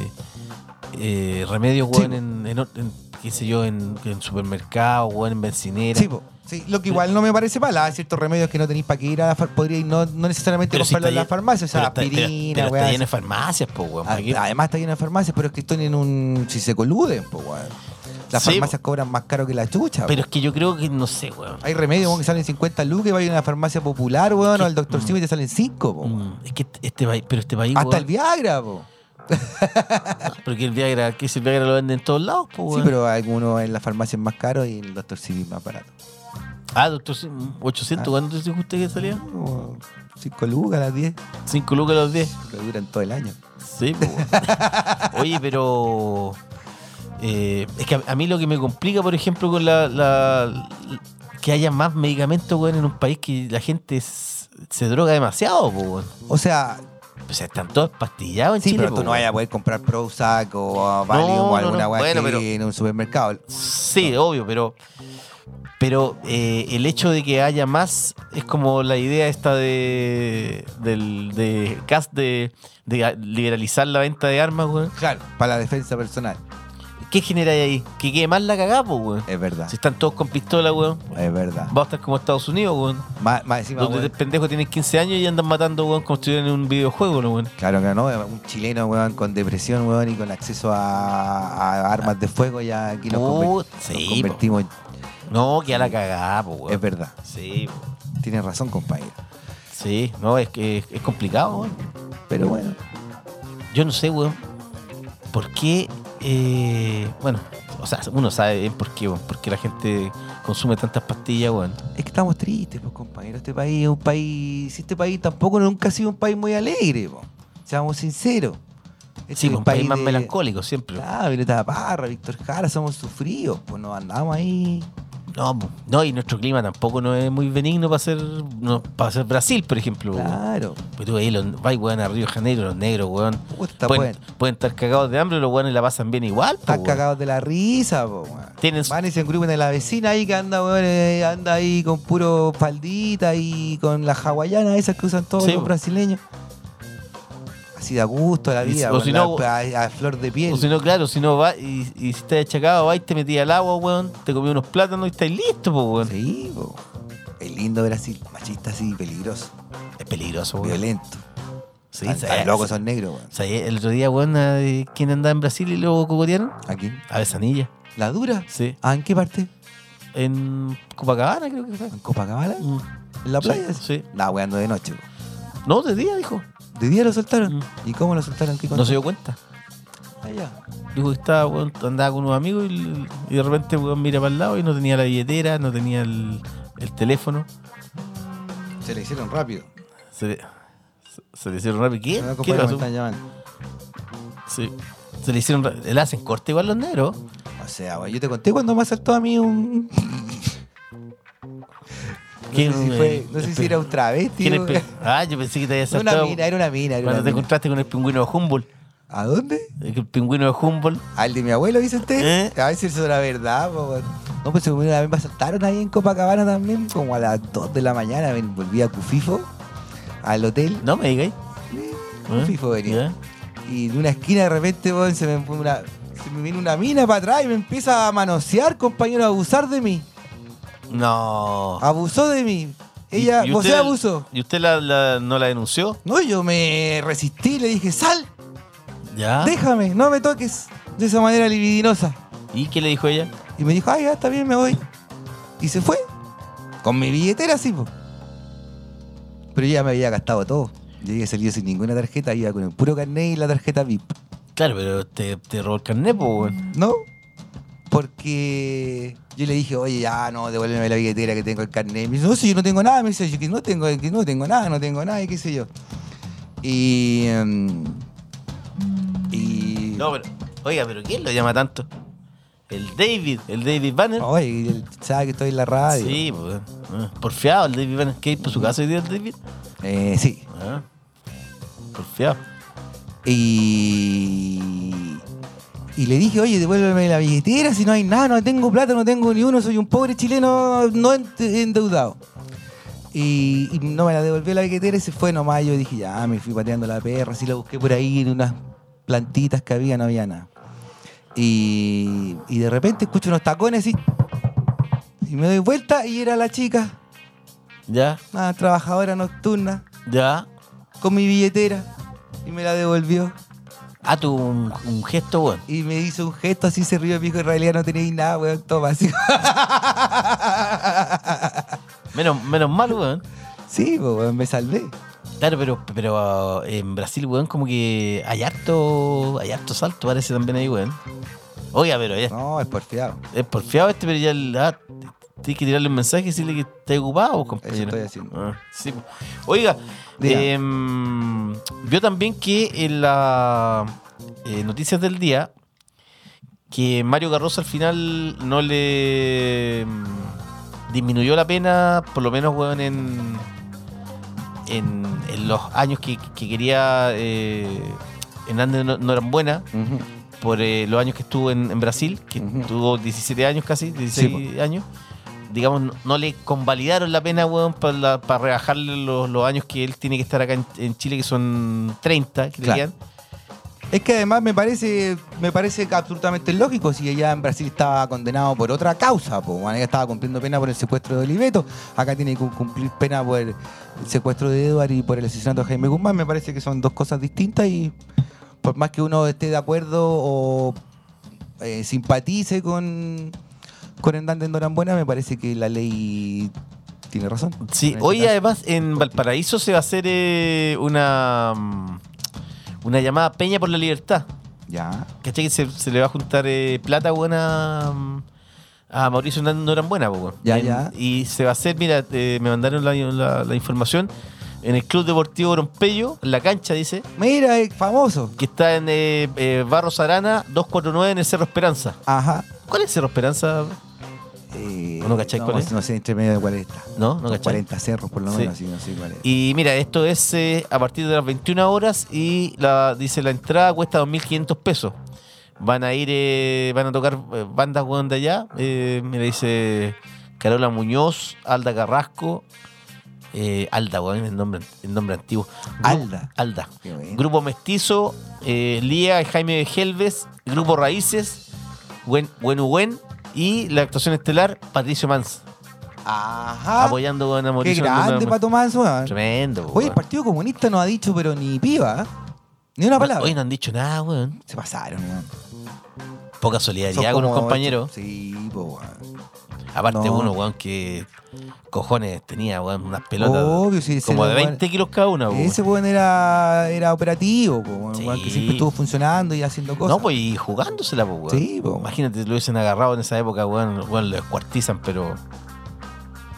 eh, remedios,
Sí,
weón, en, en, or- en, qué sé yo, en, en supermercados, weón, en bencineras.
Sí, pues, po. Sí, lo que igual no me parece mal, hay ciertos remedios que no tenéis para que ir a la farmacia, podríais no, no necesariamente
Pero si
comprarlo
está
en la
llen-
farmacia, o sea,
pero está- pero-
aspirina,
pero
weá,
está lleno de farmacias, po, weón. ¿para qué?
Ah, Además está lleno de farmacias, pero es que están en un. Si se coluden, pues, weón. Las
Sí,
farmacias cobran más caro que la chucha.
Pero
Pero,
es que yo creo que, no sé, weón.
Hay remedios, weón, que salen 50 lucas y vayan a una farmacia popular, weón, o al doctor Simi y te salen 5, po.
Mm, Es que este país, pero este país,
Hasta
weón,
el Viagra, po.
porque el Viagra, que si el Viagra lo venden en todos lados, po,
Sí,
weón.
pero algunos en la farmacia es más caro y el doctor Simi es más barato.
Ah, doctor, sí, 800,
Ah.
¿cuándo dijo usted que salía?
5 lucas, las 10,
5 lucas los 10.
que duran todo el año.
Sí, po. Oye, pero. eh, es que a, a mí lo que me complica, por ejemplo, con la. la- que haya más medicamentos, weón, en un país que la gente s- se droga demasiado, po, weón.
O sea,
O sea, están todos pastillados en
sí,
Chile,
pero
po,
tú no
weón.
vayas a poder comprar Prozac o Valium
No,
o
no,
alguna
no.
weá
Bueno,
que
pero-
en un supermercado.
Sí, obvio, pero. Pero eh, el hecho de que haya más es como la idea esta de. del de Cast de, de liberalizar la venta de armas, weón.
Claro. Para la defensa personal,
¿Qué genera ahí? Que quede más la cagada, po, weón.
es verdad.
Si están todos con pistola, weón.
Es verdad.
Va a estar como Estados Unidos, weón.
Más, más encima,
Donde
weón.
el pendejo tiene 15 años y andan matando, weón, como si estuvieran en un videojuego, ¿no, weón.
Claro que no, un chileno, weón, con depresión, weón, y con acceso a, a armas de fuego, ya aquí nos,
Put-
conver-
Oh, sí,
nos
po.
convertimos en...
No, que a la cagada, po, weón.
Es verdad,
Sí, po.
tienes razón, compañero.
sí, no, es que es, es complicado, weón.
Pero bueno,
Yo no sé, weón, por qué. eh, bueno, o sea, uno sabe bien por qué, weón. Por qué la gente consume tantas pastillas, weón.
es que estamos tristes, pues, compañero. Este país es un país... Este país tampoco nunca ha sido un país muy alegre, po. Seamos sinceros. Este
Sí,
es
po, un país más
de-
melancólico siempre.
Claro, Violeta Parra, Víctor Jara, somos sufridos, pues nos andamos ahí...
No, po. no, y nuestro clima tampoco no es muy benigno para ser, no, para ser Brasil, por ejemplo, weón.
Claro.
Pues tú ahí, los, vais, weón, a Río de Janeiro, los negros, weón.
Puta, pues,
pueden,
bueno.
pueden estar cagados de hambre, los weones la pasan bien igual, po,
Están
weón.
cagados de la risa, po, weón.
Tienes-
Van y se engrupen en la vecina ahí que anda, weón, eh, anda ahí con puro faldita y con las hawaianas esas que usan todos
Sí,
los
po.
brasileños. Así da gusto a la
Y-
vida,
o
weón,
si
la- eh,
no-
a, a flor de piel.
O si no, claro, si no va y, y si estás achacado, va y te metí al agua, weón, te comí unos plátanos y estás listo, po, weón.
Sí, po. Es lindo Brasil, machista así, peligroso,
Es peligroso, weón.
violento.
Sí,
Tan-
sí,
tan
sí.
locos son negros, weón.
¿Sabes? El otro día, weón, a- eh, ¿quién andaba en Brasil y luego cocotearon?
Aquí.
A Besanilla,
¿La dura?
sí.
¿Ah, en qué parte?
en Copacabana, creo que fue.
¿En Copacabana?
Mm.
¿En la
Sí,
playa?
sí.
Nah, weando de noche. po.
No, de día dijo.
¿De día lo soltaron?
Mm.
¿Y cómo lo soltaron? ¿Qué
No se dio cuenta.
cuenta? Ah, ya.
Dijo que estaba, weón, andaba con unos amigos y, y de repente, weón, mira para el lado y no tenía la billetera, no tenía el, el teléfono.
Se le hicieron rápido.
Se le, se, se le hicieron rápido. ¿Qué?
No,
¿Qué
Ah, compadre, me
pasó?
están llamando.
Sí. Se le hicieron. ra- Le hacen corte igual los negros.
O sea, weón, yo te conté cuando me asaltó a mí un...
¿Quién,
No sé si,
eh,
fue- no sé si
espe-
era un travesti.
quién
weón.
espe- Ah, yo pensé que te había
Era [laughs] una
saltado.
mina, era una mina. era
Cuando
una
te
mina.
encontraste con el pingüino de Humboldt. eh,
¿A dónde?
El pingüino de Humboldt.
¿Al de mi abuelo, dice usted?
¿Eh?
A ver si eso era verdad, po, weón. No, pues según una vez me asaltaron ahí en Copacabana también, como a las 2 de la mañana, ven, volví a Cufifo, al hotel.
No me digáis.
Cufifo venía.
¿Eh? ¿Ya?
Y de una esquina de repente, weón, se me pone una. Se me viene una mina para atrás y me empieza a manosear, compañero, a abusar de mí.
No.
Abusó de mí. Ah, Ella, vos se
usted-
abusó.
Oh. ¿Y usted la- la- no la denunció?
No, yo me resistí, le dije, sal,
Ya.
déjame, no me toques de esa manera libidinosa.
¿Y qué le dijo ella?
Y me dijo, ay, ya está bien, me voy. Y se fue. Con mi billetera, sí, po. Pero yo ya me había gastado todo. Yo había salido sin ninguna tarjeta, iba con el puro carnet y la tarjeta VIP.
Claro, pero te, te robó el carnet, po, weón.
¿No? Porque yo le dije, oye, ya no, devuélveme la billetera que tengo el carnet. Me dice, no, si yo no tengo nada, me dice, yo que no tengo, que no tengo nada, no tengo nada, y qué sé yo. Y. em, y.
No, pero. Oiga, pero ¿quién lo llama tanto? El David, el David Banner.
Oye, él sabe que estoy en la radio.
sí, po, weón. Ah, Porfiado, el David Banner. ¿Qué hay por su casa hoy día el David?
Eh, sí.
Ah, Porfiado.
Y, y le dije, oye, devuélveme la billetera, si no hay nada, no tengo plata, no tengo ni uno, soy un pobre chileno no ent- endeudado. Y, y no me la devolvió la billetera y se fue nomás. Yo dije, ya, me fui pateando la perra, así la busqué por ahí en unas plantitas que había, no había nada. Y, y de repente escucho unos tacones y, y me doy vuelta y era la chica,
Ya,
una trabajadora nocturna,
ya.
con mi billetera y me la devolvió.
Ah, tuvo un, un gesto, weón.
Y me hizo un gesto así, se rió y me dijo, en realidad no tenéis nada, weón, toma. Así. [laughs]
Menos, menos mal, weón.
sí, po, weón, me salvé.
Claro, pero, pero eh, en Brasil, weón, como que hay harto, hay harto salto, parece también ahí, weón. Oiga, pero ya,
No, es porfiado.
es porfiado este, pero ya el- ah, tienes que tirarle un mensaje y decirle que está ocupado, compañero.
estoy haciendo.
Ah, sí. Oiga,
Diga.
em, vio también que en las noticias del día, que Mario Garrosa al final no le mm, disminuyó la pena, por lo menos, weón, en, en, en los años que, que quería eh, en Andes no, no eran buenas, por eh, los años que estuvo en, en Brasil, que
Ujú.
tuvo 17 años casi, 16 años. Digamos, no, no le convalidaron la pena, weón, para rebajarle los, los años que él tiene que estar acá en, en Chile, que son 30, que le
Claro.
quedan.
Es que además me parece, me parece que absolutamente lógico si ella en Brasil estaba condenado por otra causa, po, weón. ella estaba cumpliendo pena por el secuestro de Oliveto, acá tiene que cumplir pena por el secuestro de Edward y por el asesinato de Jaime Guzmán, me parece que son dos cosas distintas y por más que uno esté de acuerdo o eh, simpatice con, con Hernández Norambuena, me parece que la ley tiene razón. En
Sí,
este
hoy
caso.
además en Valparaíso se va a hacer eh, una, mm, una llamada Peña por la Libertad.
Ya.
¿Cachai? Que se, se le va a juntar eh, plata buena mm, a Mauricio Hernández Norambuena, po, pues, weón.
Ya,
En-
ya.
Y se va a hacer, mira, eh, me mandaron la, la- la información en el Club Deportivo Orompeyo, en la cancha, dice,
Mira, es famoso.
que está en eh, eh, Barros Arana 249 en el Cerro Esperanza.
Ajá.
¿Cuál es Cerro Esperanza?
Eh,
¿O no cachai
no,
cuál es?
No sé, entre medio de cuál está.
No, no
Son
cachai.
40 cerros por lo
Sí.
menos, sí, no sé cuál es.
Y mira, esto es eh, a partir de las 21 horas y la, dice la entrada cuesta 2.500 pesos. Van a ir, eh, van a tocar eh, bandas weón, de allá. Eh, mira, dice Carola Muñoz, Alda Carrasco. eh, Alda, weón, el nombre, el nombre antiguo. Gru-
Alda.
Alda.
Qué bueno.
Grupo Mestizo, eh, Lía y Jaime Helves, Grupo Raíces, Buen Buen Buen y la actuación estelar Patricio Mans.
Ajá.
apoyando weón, a
Ah, Qué
Mauricio
grande
Hernández.
Pato Manso. ah.
Tremendo.
Oye, el
weón.
Partido Comunista no ha dicho, pero ni piba. ¿eh? Ni una palabra.
Hoy no han dicho nada, weón.
Se pasaron, weón.
Poca
Son
solidaridad con
como
los compañeros.
ocho. Sí, po, weón.
Aparte
No.
uno, weón, que cojones tenía, weón, unas pelotas
Obvio, sí, Oh, ese
como de
weón-
20 kilos cada una, weón.
Ese weón era, era operativo, po, weón,
Sí.
weón, que siempre estuvo funcionando y haciendo cosas.
No, pues y jugándosela, pues, weón.
Sí, po.
Imagínate, lo hubiesen agarrado en esa época, weón, weón, lo descuartizan, pero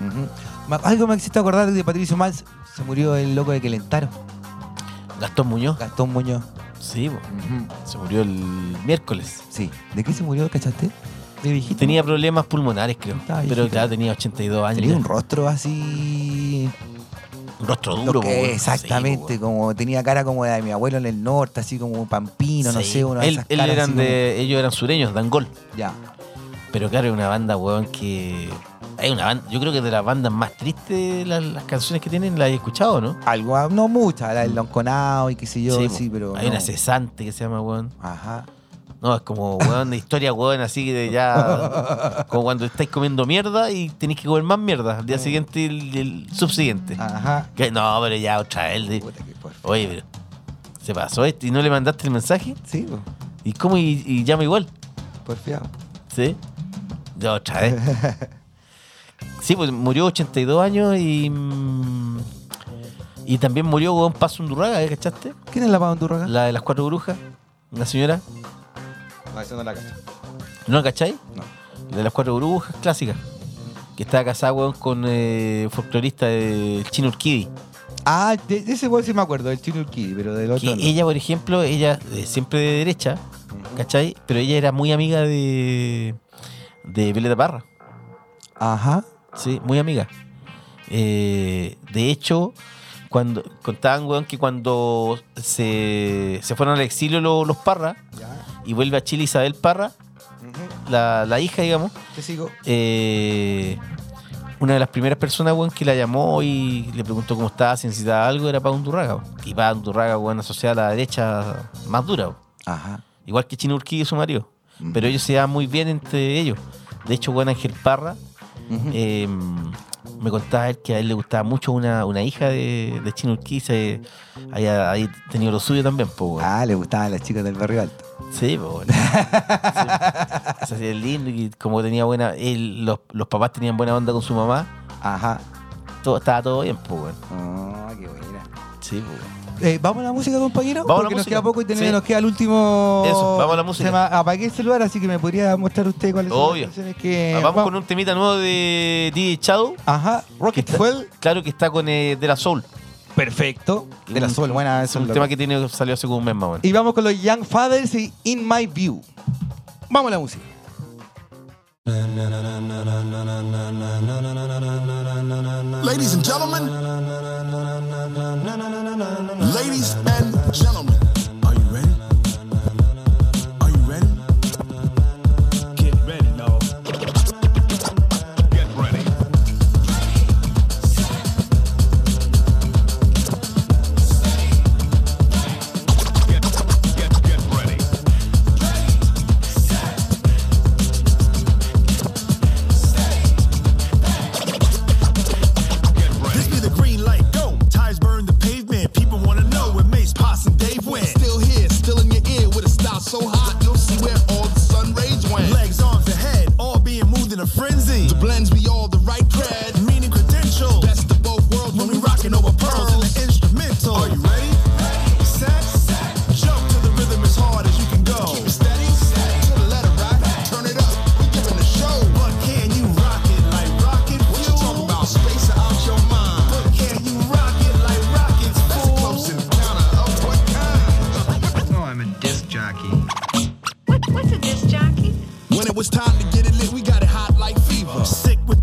Ujú. Ma- Algo me hiciste acordar de Patricio Mans. Se murió el loco de Quelentaro,
Gastón Muñoz,
Gastón Muñoz.
sí, po.
Ujú.
se murió el miércoles.
Sí. ¿De qué se murió, cachaste? De viejito.
Tenía problemas pulmonares, creo.
Estaba
pero
viejito.
ya tenía 82 años.
Tenía
ya.
un rostro así.
Un rostro
lo
duro,
que-
po, weón.
exactamente,
Sí, po,
como tenía cara como la de mi abuelo en el norte, así como pampino,
weón.
no
Sí.
sé, una de
Él-
esas
él
caras.
eran
así
de- Ellos eran sureños, Dangol.
como- ya.
Pero claro, es una banda, weón, que. Hay una banda, yo creo que es de las bandas más tristes las, las canciones que tienen, las he escuchado, ¿no?
Algo, ah, no mucha, la del Lonconao y qué sé yo, sí,
Mm. po.
pero.
Hay
no.
una cesante que se llama, weón.
Ajá.
No, es como, weón, de historia, weón, así de
[laughs]
ya. Como cuando estáis comiendo mierda y tenéis que comer más mierda. Al día siguiente y el, el subsiguiente.
Ajá.
Que, no, pero ya otra vez. de-
Puta, qué por-
Oye, pero. ¿Se pasó este y no le mandaste el mensaje?
Sí, po,
¿Y cómo? Y, y llama igual.
porfiado.
¿Sí? Ya otra vez. Sí, pues murió 82 años y. mm, Y también murió, weón, Paz Undurraga, ¿eh? ¿cachaste?
¿Quién es la Pandurraga?
La de las cuatro brujas. Una señora.
No, esa no la cacho.
¿No la cacháis?
No.
De las cuatro brujas clásicas. Que estaba casada, weón, con eh, folclorista de Chino Urquidi.
Ah, de, de ese weón sí me acuerdo, del Chino Urquí, pero del
Que
otro. no.
ella, por ejemplo, ella eh, siempre de derecha, ¿cachai? Pero ella era muy amiga de. de Violeta Parra.
Ajá.
Sí, muy amiga. Eh, de hecho, cuando contaban, weón, que cuando se, se fueron al exilio lo- los Parra
Ya.
y vuelve a Chile Isabel Parra,
Ujú.
la, la hija, digamos,
Te sigo.
eh, una de las primeras personas, weón, que la llamó y le preguntó cómo estaba, si necesitaba algo, era Pablo Undurraga. weón. Y Pablo Undurraga, weón, asociada a la derecha más dura, weón.
Ajá.
igual que Chino Urquí y su marido.
Mm.
Pero ellos se daban muy bien entre ellos. De hecho, weón, Ángel Parra
Ujú.
eh, me contaba él que a él le gustaba mucho una, una hija de, de Chino Urquiza. eh, Ahí ahí tenía lo suyo también, po, weón.
Ah, le gustaban las chicas del barrio alto.
Sí, po, weón. Sí, po. O sea, sí, es lindo y como tenía buena. él- los, los papás tenían buena onda con su mamá.
Ajá.
Todo, estaba todo bien, po, weón.
Ah, qué buena.
Sí, po, weón.
Eh, ¿Vamos a la música, compañero?
Vamos a la
Porque nos
música.
queda poco y tenemos-
Sí.
nos queda el último.
Eso, vamos a la música.
tema. apagué el celular, así que me podría mostrar usted cuáles
Obvio. Ah,
son las canciones que.
Vamos, con un temita nuevo de DJ Shadow.
Ajá, Rocket Fuel.
Claro que está con eh, De La Soul.
Perfecto. De la
Un-
Sol, buena,
Es
eso
un tema que tiene, salió hace como un mes más, weón.
Y vamos con los Young Fathers y In My View. Vamos a la música.
Ladies and gentlemen. Ladies and gentlemen. Are you ready? Are you ready? Get ready, y'all. Get ready. Get, get, get ready. This be the green light, go. Tires burn the pavement. People wanna know where Mace, Posse, and Dave went.
Still here, still in your ear with a style so hot, you'll see where all the sun rays went.
Legs, arms, and head, all being moved in a frenzy.
The blends be all the right cred.
Meaning credentials.
Best of both worlds
when we rockin' over pearls in the instrumental. Are you ready? Set, set. Jump to the rhythm as hard as you can go.
Keep it steady, steady to the letter, right? Turn it up, we giving the show.
But can you rock it like rocket
What you talking
fuel?
about? Space or out your mind?
But can you rock it like rockets
That's a close
fuel?
encounter of what kind?
What, what's a disc jockey?
When it was time to get it lit, we got it hot like fever.
Sick with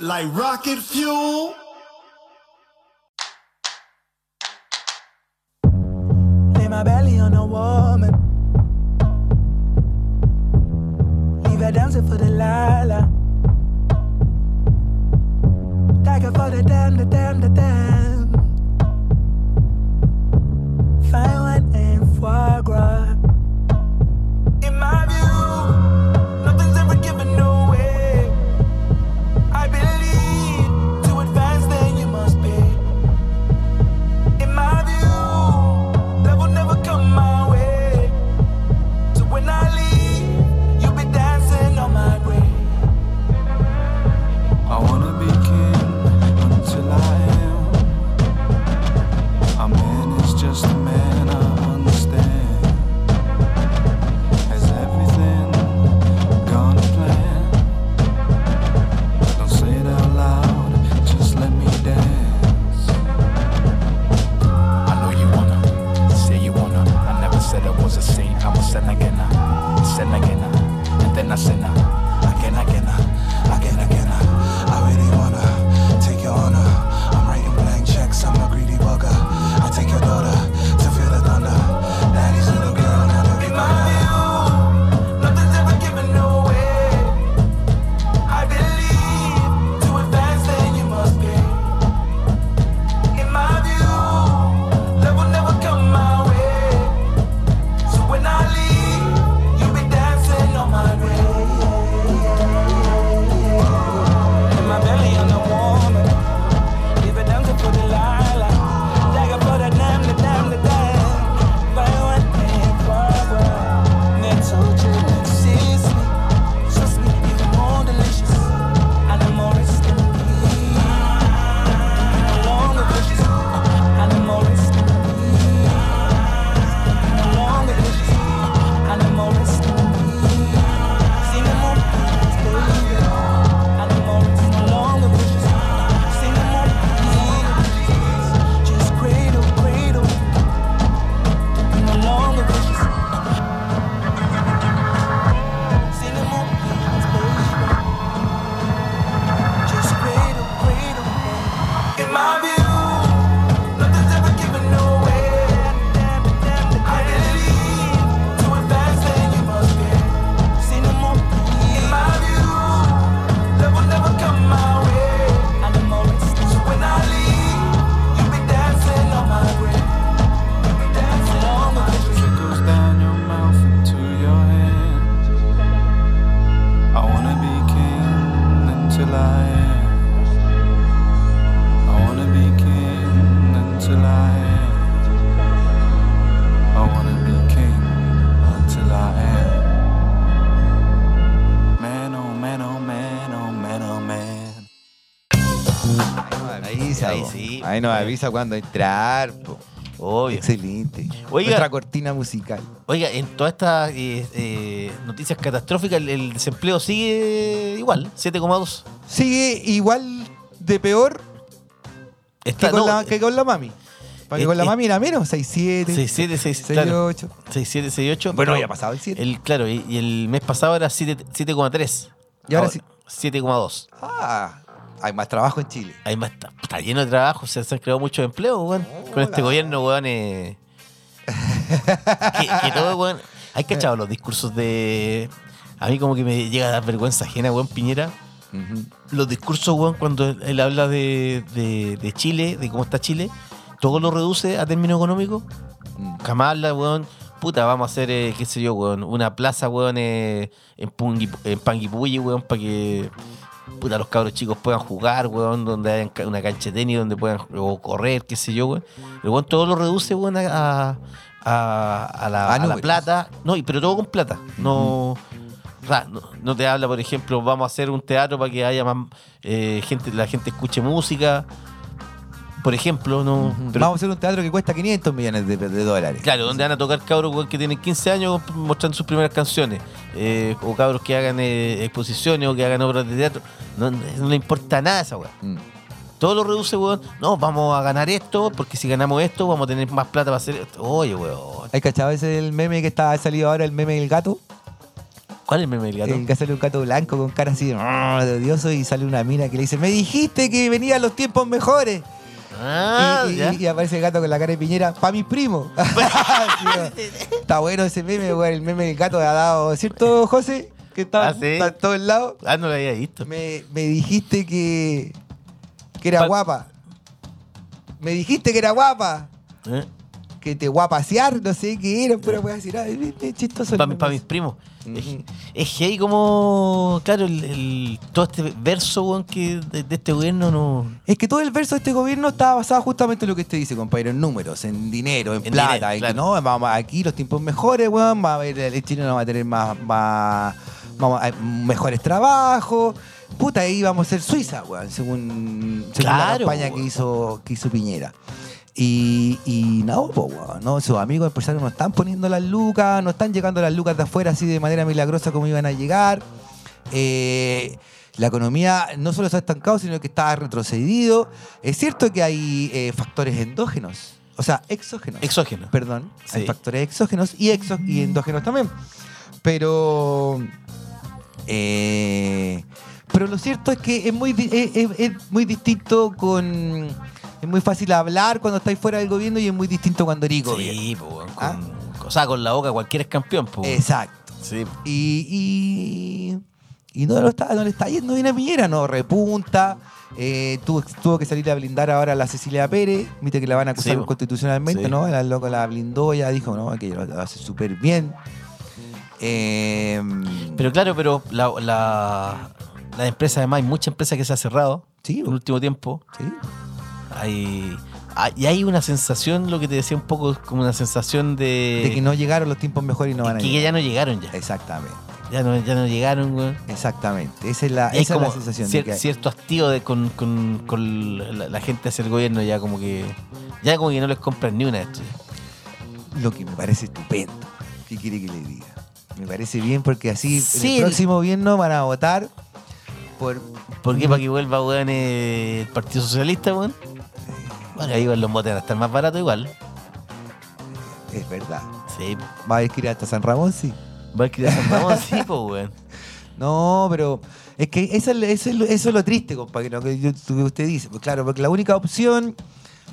like rocket fuel.
Lay my belly on a woman. Leave her dancing for the lala. Dagger for the damn, the damn, the damn. Fine wine and foie gras. In my view, nothing's ever given away. I believe to advance, then you must be. In my view, that will never come my way. So when I leave, you'll be dancing on my grave. I wanna be king until I am. A man is just a man, I understand. Has everything gone to plan? Don't say it out loud, just let me dance.
I know you wanna, say you wanna. I never said I was a saint, I'm a sinner again. uh, Sinner again, uh, and then I sinner. Again, again, uh, again, again. uh. I really wanna take your honor. I'm writing blank checks, I'm a greedy bugger. I take your daughter to feel the thunder. Daddy's little girl, not a big mother.
Nothing's ever given away. I believe to advance, then you must be. In my view, love will never come my way. So when I leave, you'll be dancing on my grave. In my belly, I'm a woman. Leave it dancing for Delilah. Dagger for the damn, the damn, the damn. Buy one and Barbara. Next told you next season. Trust me, even more delicious. And I'm more risky. No longer vicious. And I'm more risky. No longer vicious. And I'm more risky. See me more please, baby. And I'm more risky. No longer vicious. See me more please, baby. Just cradle, cradle. No longer vicious. See me more please, baby. Just wait a- wait a minute. In my view, nothing's ever given away. I believe to advance, then you must be. See no more please. In my view, love will never come my way. And I'm always so when I leave, you'll be dancing on my grave. You'll be dancing on my grave. Trickles down your mouth into your hand. I wanna be king until I am. I wanna be king until I am. I wanna be king until I am. Man, oh man, oh man, oh man, oh man.
Ahí, nos avisa,
Ahí
po.
sí.
Ahí nos avisa cuando entrar. po.
Obvio.
Excelente.
Oiga.
Nuestra cortina musical.
Oiga, en todas estas eh, eh, noticias catastróficas, el, el desempleo sigue igual, 7,2.
Sigue igual de peor que,
Está,
con,
no,
la, que con la mami. Para que
eh,
con la
eh,
mami era menos, 6-7,
6,7, 6,
6-8.
claro, 6,7, 6,8.
Bueno,
pero
ya ha pasado el 7.
El, claro, y, y el mes pasado era 7 7,3.
Y ahora sí.
7,2.
Ah, hay más trabajo en Chile.
Además, está, está lleno de trabajo, se, se han creado muchos empleos, weón. Con este
Hola.
gobierno, weón. eh, que, que todo, weón. Hay cachado los discursos de. A mí, como que me llega a dar vergüenza ajena, weón, Piñera. Los discursos, weón, cuando él, él habla de, de- de Chile, de cómo está Chile, todo lo reduce a términos económicos. Jamás habla, weón. Puta, vamos a hacer, eh, qué sé yo, weón, una plaza, weón, eh, en, Pungui, en Panguipulli, weón, para que puta, los cabros chicos puedan jugar, weón, donde hayan ca- una cancha de tenis, donde puedan o correr, qué sé yo, weón. El weón todo lo reduce, weón, a, a- a- a la,
A
a la
números.
plata. Ah, No, y- pero todo con plata. No, o sea, no, no te habla, por ejemplo, vamos a hacer un teatro para que haya más eh, gente, la gente escuche música. Por ejemplo, no. pero-
Vamos a hacer un teatro que cuesta 500 millones de, de dólares.
Claro, donde van a tocar cabros weón, que tienen 15 años mostrando sus primeras canciones. eh, o cabros que hagan eh, exposiciones o que hagan obras de teatro. No, no le importa nada a esa weá.
Mm.
Todo lo reduce, weón. No, vamos a ganar esto, porque si ganamos esto, vamos a tener más plata para hacer esto. Oye, weón.
¿Hay cachado ese el meme que está ha salido ahora, el meme del gato?
¿Cuál es el meme del gato?
El que sale un gato blanco con cara así "Rrr", de odioso y sale una mina que le dice, me dijiste que venían los tiempos mejores.
Ah,
y, y-
ya.
y aparece el gato con la cara de piñera, pa' mis
[laughs]
primos. [laughs] Sí, weón. está bueno ese meme, weón, el meme del gato ha dado, ¿cierto, José? Que está,
Ah, sí.
está en todos lados.
Ah, no lo había visto.
Me, me dijiste que, que era
Pa-
guapa. Me dijiste que era guapa.
¿Eh?
Que te guapasear, no sé qué era, pero voy a decir, ay, viste, chistoso. el
Para
meme".
mis primos.
Ujú.
Es, es que hay como. Claro, el, el- todo este verso, weón, que de, de este gobierno no.
Es que todo el verso de este gobierno está basado justamente en lo que usted dice, compadre, en números, en dinero, en,
En
plata.
dinero,
en que,
claro.
no, vamos, aquí los tiempos mejores, weón, va a haber, el chileno va a tener más, más- vamos a- mejores trabajos. Puta, ahí vamos a ser Suiza, weón, según, según
Claro,
la campaña que
weón.
hizo, que hizo Piñera. Y, y no, po, weón, no, sus amigos empresarios no están poniendo las lucas, no están llegando las lucas de afuera así de manera milagrosa como iban a llegar. Eh, la economía no solo se ha estancado, sino que está retrocedido. Es cierto que hay eh, factores endógenos, o sea, exógenos.
Exógeno.
Perdón, hay
Sí.
factores exógenos y, exo- y endógenos también. Pero. eh, pero lo cierto es que es muy, di- es, es- es muy distinto con. Es muy fácil hablar cuando estáis fuera del gobierno y es muy distinto cuando eres gobierno.
Sí, po, weón,
¿Ah?
con- O sea, con la boca cualquiera es campeón, po, weón.
Exacto.
Sí.
Y, y, y no, lo está, no le está yendo bien a Piñera, no repunta. eh, tuvo, tuvo que salir a blindar ahora a la Cecilia Pérez. Viste que la van a acusar
Sí, po.
constitucionalmente,
Sí.
¿no? La loca la blindó, ya dijo, ¿no? Que lo, lo hace súper bien. Eh,
Pero claro, pero la, la, las empresas, además, hay muchas empresas que se han cerrado
sí,
en el
po,
último tiempo.
sí.
Hay, hay- y hay una sensación, lo que te decía un poco, como una sensación de,
De que no llegaron los tiempos mejores y no van a
Eh, que
llegar.
ya no llegaron ya.
Exactamente,
Ya no, ya no llegaron, weón.
exactamente. Esa es la,
Y hay
Ah, esa es la
como
sensación. de
cier-
que hay.
cierto hastío de con, con- con la, la gente hacia el gobierno ya como que ya como que no les compran ni una de estas.
Lo que me parece estupendo. ¿Qué quiere que le diga? Me parece bien porque así en
Sí,
el
el-
próximo gobierno van a votar por
¿Por qué? Para que vuelva weón eh, el Partido Socialista, weón. Bueno, ahí weón, los botes van a estar más baratos igual.
Es verdad.
Sí.
Va a haber que ir hasta San Ramón, sí.
Va a quedar San Ramón,
[laughs]
sí, po, weón.
No, pero es que eso, es- eso es lo- eso es lo triste, compadre, lo que yo- lo que usted dice. Pues claro, porque la única opción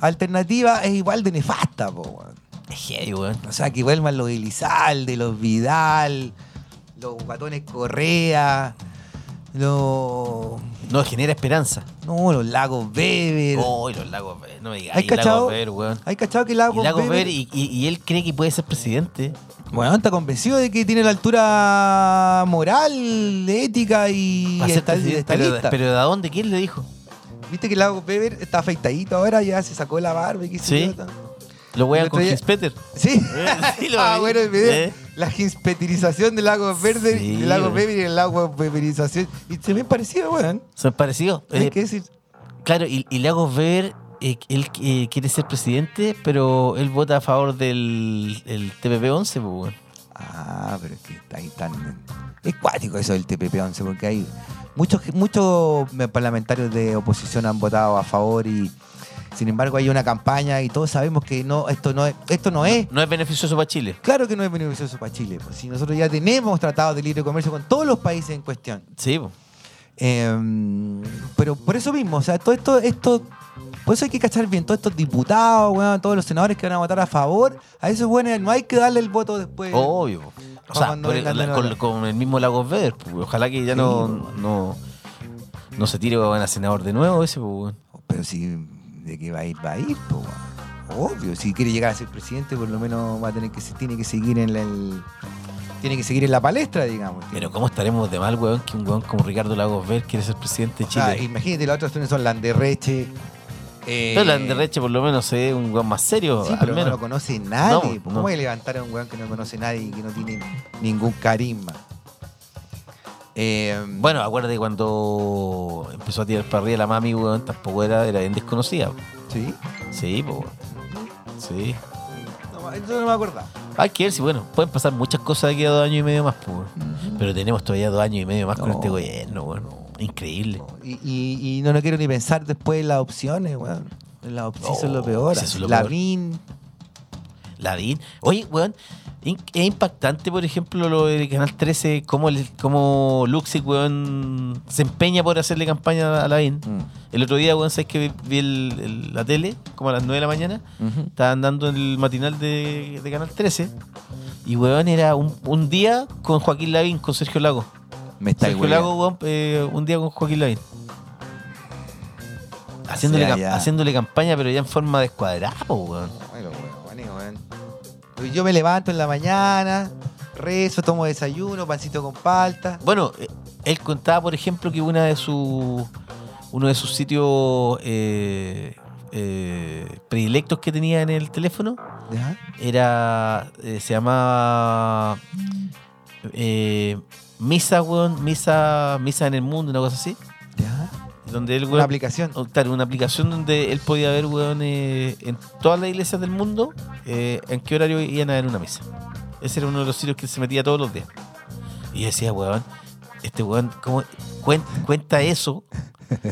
alternativa es igual de nefasta, po, weón.
Es heavy, weón.
O sea, que vuelvan los Elizalde, los Vidal, los Guatones Correa, los...
No genera esperanza.
No, los Lagos Weber.
Oh, y los lagos, Ver, no me digas.
¿Has
y Lagos
cachado?
Ver, weón.
¿Hay cachado que Lagos
Y Lagos
Weber-
Ver, y, y- y él cree que puede ser presidente.
Bueno, está convencido de que tiene la altura moral, ética y
Va a ser
esta-
presidente. Pero,
estadista.
pero ¿de dónde? ¿Quién le dijo?
Viste que Lago Weber está afeitadito ahora, ya se sacó la barba y qué sé
Sí.
yo, está-
Lo
El
wean
otro
con
día-
Hinspeter.
Sí. [laughs]
sí, lo
ah,
vi.
bueno, el video.
Eh.
La ginspetirización del lago verde,
Sí,
del lago
weón.
Weber y el lago Weberización. Y se ven parecido, weón.
Son parecidos.
Hay
Eh,
que decir.
Claro, y, y le hago ver, eh, él eh, quiere ser presidente, pero él vota a favor del el TPP-11, pues, weón.
Ah, pero es que está ahí tan. Es cuático eso del TPP-11, porque hay muchos, muchos parlamentarios de oposición han votado a favor y. Sin embargo, hay una campaña y todos sabemos que no, esto no es, esto no es.
No es beneficioso para Chile.
Claro que no es beneficioso para Chile, pues, si nosotros ya tenemos tratados de libre comercio con todos los países en cuestión.
Sí, po.
Eh, pero por eso mismo, o sea, todo esto, esto, por eso hay que cachar bien, todos estos diputados, weón, todos los senadores que van a votar a favor, a esos buenos no hay que darle el voto después.
obvio. po. O sea,
cuando
por el-
vengan de
la-
nuevo.
con, con el mismo Lagos Ver, ojalá que ya
Sí,
no,
po.
no, no se tire weón, a senador de nuevo ese, pues, weón.
Pero si de qué va a ir, va a ir, po, weón. obvio, si quiere llegar a ser presidente, por lo menos va a tener que se- tiene que seguir en la- el- tiene que seguir en la palestra, digamos.
Pero ¿cómo estaremos de mal, weón, que un weón como Ricardo Lagos Ver quiere ser presidente de
O sea,
Chile?
imagínate, las otras opciones son Landerreche. eh,
Pero la Anderreche por lo menos se ve un weón más serio,
Sí,
al
pero
menos.
no lo conoce nadie.
No,
¿Cómo
no.
voy a levantar a un weón que no conoce nadie y que no tiene ningún carisma? Eh,
Bueno, acuérdate cuando empezó a tirar para arriba la mami, weón, tampoco era, era bien desconocida. po.
sí.
Sí, po, weón. Sí.
No, eso no me acordaba.
Hay que ver si, bueno, pueden pasar muchas cosas de aquí a dos años y medio más, po, weón. Pero tenemos todavía dos años y medio más con
No.
este gobierno, weón. Increíble.
Y, y- y no lo quiero ni pensar después en las opciones, weón. Las opciones
No,
son lo peor.
eso es lo
la
peor.
BIN,
Lavín. Oye, weón, in- es impactante, por ejemplo, lo del Canal 13, cómo, el, cómo Luxic, weón, se empeña por hacerle campaña a Lavín. El otro día, weón, sabes que vi, vi el- el- la tele, como a las 9 de la mañana, estaban dando el matinal de, de Canal 13. Y, weón, era un, un día con Joaquín Lavín, con Sergio Lago.
Me está
Sergio Lago, weón, eh, un día con Joaquín Lavín. Haciéndole,
O sea,
cam-
ya.
haciéndole campaña, pero ya en forma de escuadrado, weón.
Bueno, bueno, bueno, bueno. Yo me levanto en la mañana, rezo, tomo desayuno, pancito con palta.
Bueno, eh, él contaba, por ejemplo, que una de sus uno de sus sitios eh, eh, predilectos que tenía en el teléfono
¿Ya?
era eh, se llamaba eh, misa, weón, misa, misa en el mundo, una cosa así,
¿Ya?
donde él,
Una
weón,
aplicación.
Oh, Claro, una aplicación donde él podía ver, weón, eh, en todas las iglesias del mundo eh, en qué horario iban a ver una misa. Ese era uno de los sitios que se metía todos los días. Y yo decía, weón, este weón, ¿cómo cuen- cuenta eso?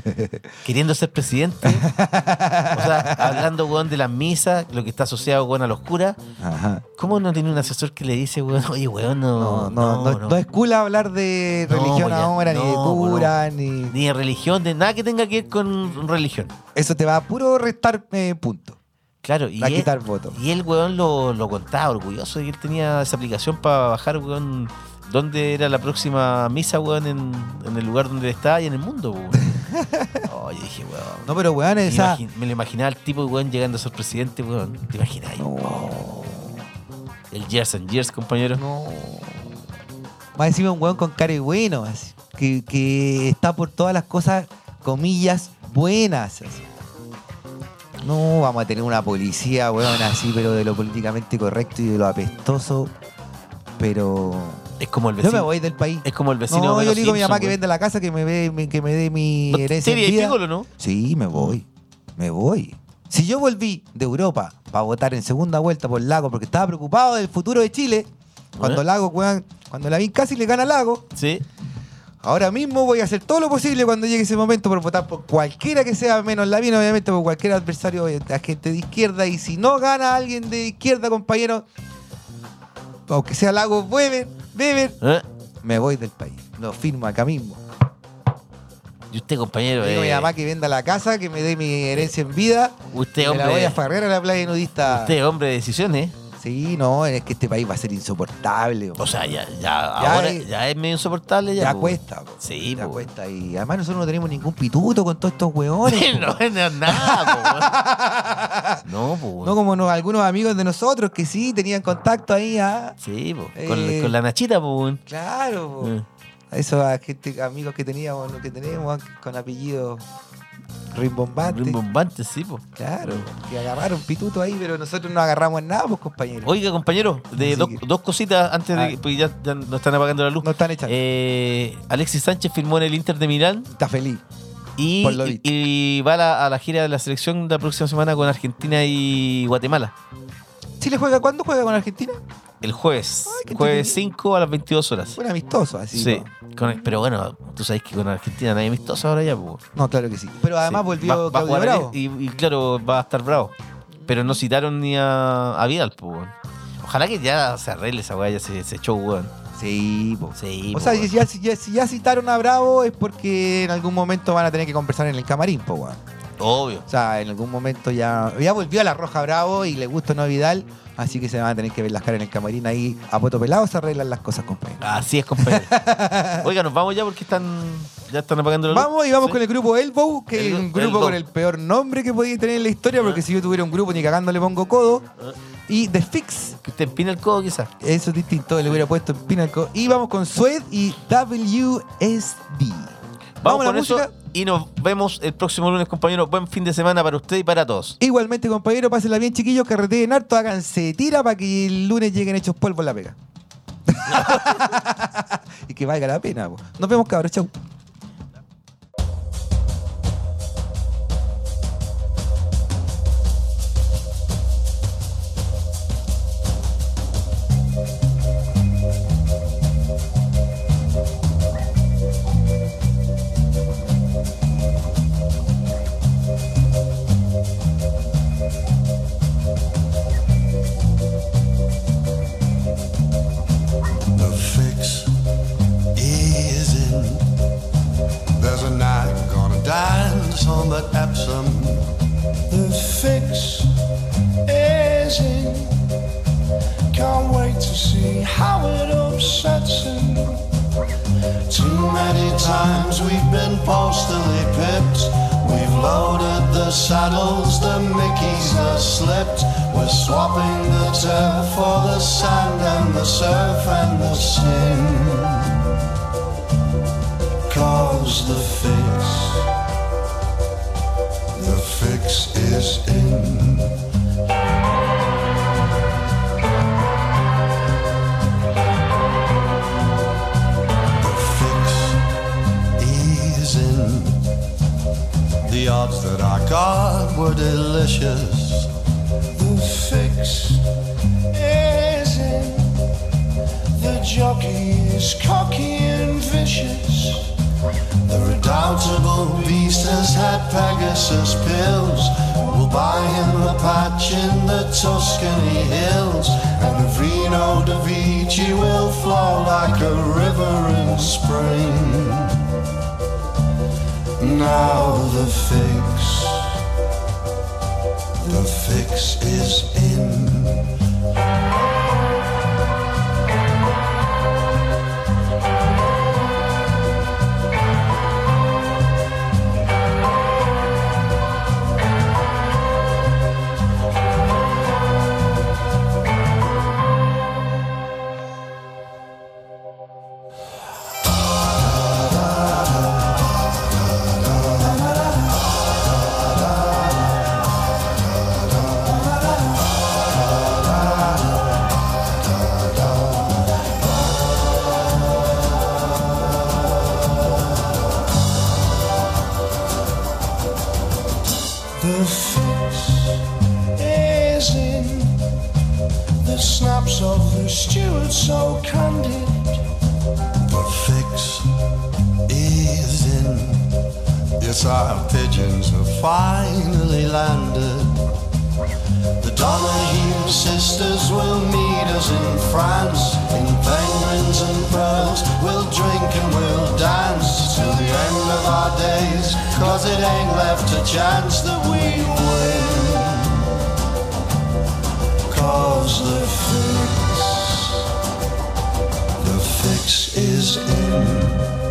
[laughs]
Queriendo ser presidente. O sea, hablando, weón, de las misas, lo que está asociado, weón, a los curas.
Ajá.
¿Cómo no tiene un asesor que le dice, weón, oye, weón,
No,
no.
no, no, no es cool hablar de
No,
religión
pues ya,
ahora, ni de
no, pues
cura, ni...
Ni de religión, de nada que tenga que ver con religión.
Eso te va a puro restar eh, punto.
Claro, y
Va a
él-
quitar votos.
Y el weón lo, lo contaba, orgulloso de que él tenía esa aplicación para bajar, weón, dónde era la próxima misa, weón, en, en el lugar donde él estaba y en el
[laughs]
mundo, weón. Oye, dije, weón.
No, pero weón,
me,
esa...
imagi- me lo imaginaba el tipo, weón, llegando a ser presidente, weón. ¿Te imaginas? El Years and Years, compañero.
No. Más encima un weón con cara y bueno, así, que, que está por todas las cosas, comillas, buenas. así. No, vamos a tener una policía, weón, así, pero de lo políticamente correcto y de lo apestoso. Pero
Es como el
yo
vecino.
me voy del país.
Es como el vecino.
No,
de
yo
los
le digo a mi mamá
Simpson,
que
weón.
venda la casa, que me, dé- me- que me dé mi herencia. en
¿Sería
vida.
Piccolo, no?
Sí, me voy. Me voy. Si yo volví de Europa para votar en segunda vuelta por Lago porque estaba preocupado del futuro de Chile, cuando
¿Eh?
Lago, weón, cuando Lavín casi le gana a Lago,
Sí.
ahora mismo voy a hacer todo lo posible cuando llegue ese momento por votar por cualquiera que sea, menos Lavín, obviamente, por cualquier adversario eh, de gente de izquierda. Y si no gana alguien de izquierda, compañero, aunque sea Lago, beben, beben,
¿Eh?
me voy del país. Lo firmo acá mismo.
Y usted, compañero.
Le Digo a mi
eh,
mamá que venda la casa, que me dé mi herencia en vida.
Usted,
Me la voy
Este hombre. Este
a farrear a la playa nudista.
Usted, hombre de decisiones.
Sí, no, es que este país va a ser insoportable. po.
O sea, ya, ya, ahora
es-
ya es medio insoportable. Ya, pues,
ya
po.
cuesta. po.
Sí,
ya
po. [laughs]
cuesta. Y además nosotros no tenemos ningún pituto con todos estos
[laughs]
hueones.
no es nada, po, weón. No, po. weón.
[laughs] no como no- algunos amigos de nosotros que sí tenían contacto ahí. ah.
Sí, po. Con,
Eh.
con la nachita, po, weón.
Claro, po.
Eh.
A esos a gente- amigos que teníamos, los que tenemos, ah, con apellidos rimbombantes.
Rimbombante, sí, po.
claro, que agarraron pituto ahí, pero nosotros no agarramos nada, pues compañeros.
Oiga, compañero, de
Así
dos,
que-
dos cositas antes de
Ah.
que porque ya, ya nos están apagando la luz.
No están echando.
Eh, Alexis Sánchez firmó en el Inter de Milán
Está feliz.
y,
Por lo visto.
y va a la, a la gira de la selección la próxima semana con Argentina y Guatemala.
¿Chile juega cuándo juega con Argentina?
El jueves.
Ay, qué
jueves
entretenido.
5 a las 22 horas.
Fue un amistoso, así.
Sí,
po.
con- pero bueno, tú sabes que con Argentina nadie amistoso ahora ya. Pues.
No, claro que sí. Pero además
Sí.
volvió
Va- va a
Claudio
jugar
Bravo.
Y, y claro, va a estar bravo. Pero no citaron ni a, a Vidal, po, weón. Ojalá que ya se arregle esa weá, ya se, se echó, weón.
Sí, po.
Sí,
O
po,
sea, si
weón.
ya, si ya- si ya citaron a Bravo es porque en algún momento van a tener que conversar en el camarín, po, weón.
obvio.
O sea, en algún momento ya, ya volvió a la Roja Bravo y le gusta o no a Vidal, así que se van a tener que ver las caras en el camarín ahí a poto pelado se arreglan las cosas, compañero.
Así es,
[laughs]
compañero. Oiga, nos vamos ya porque están ya están apagando la luz.
Vamos y vamos
Sí.
con el grupo Elbow, que
El
es
gru-
un grupo
Elbow.
con el peor nombre que podía tener en la historia, porque si yo tuviera un grupo ni cagando le pongo codo.
Eh.
Y The Fix,
Que usted empina el codo, quizás.
eso es distinto, le hubiera puesto en Pinnacle. Y vamos con Sued y WSD.
Vamos,
Vamos a la
con eso
música.
y nos vemos el próximo lunes, compañero. Buen fin de semana para usted y para todos.
Igualmente, compañero, pásenla bien, chiquillos, carreteen harto, háganse tira para que el lunes lleguen hechos polvo en la
[laughs]
pega. [laughs] y que valga la pena. po. Nos vemos, cabros. Chau.
Thank at Epsom. The fix is in. Can't wait to see how it all sets in. Too many times we've been postally pipped. We've loaded the saddles, the Mickeys are slipped. We're swapping the turf for the sand and the surf and the sin. Cause the fix, the fix is in. The fix is in. The odds that I got were delicious. The fix is in. The jockey is cocky and vicious. The redoubtable beast has had Pegasus pills. We'll buy him a patch in the Tuscany hills. And the Vino de Vici will flow like a river in spring. Now the fix, the fix is in. The fix is in the snaps of the steward so candid.
The fix is in.
Yes, our pigeons have finally landed. The Donahue sisters will meet us in France. In penguins and pearls, we'll drink and we'll dance till the end of our days. Cause it ain't left a chance that we win. Cause the fix, the fix is in.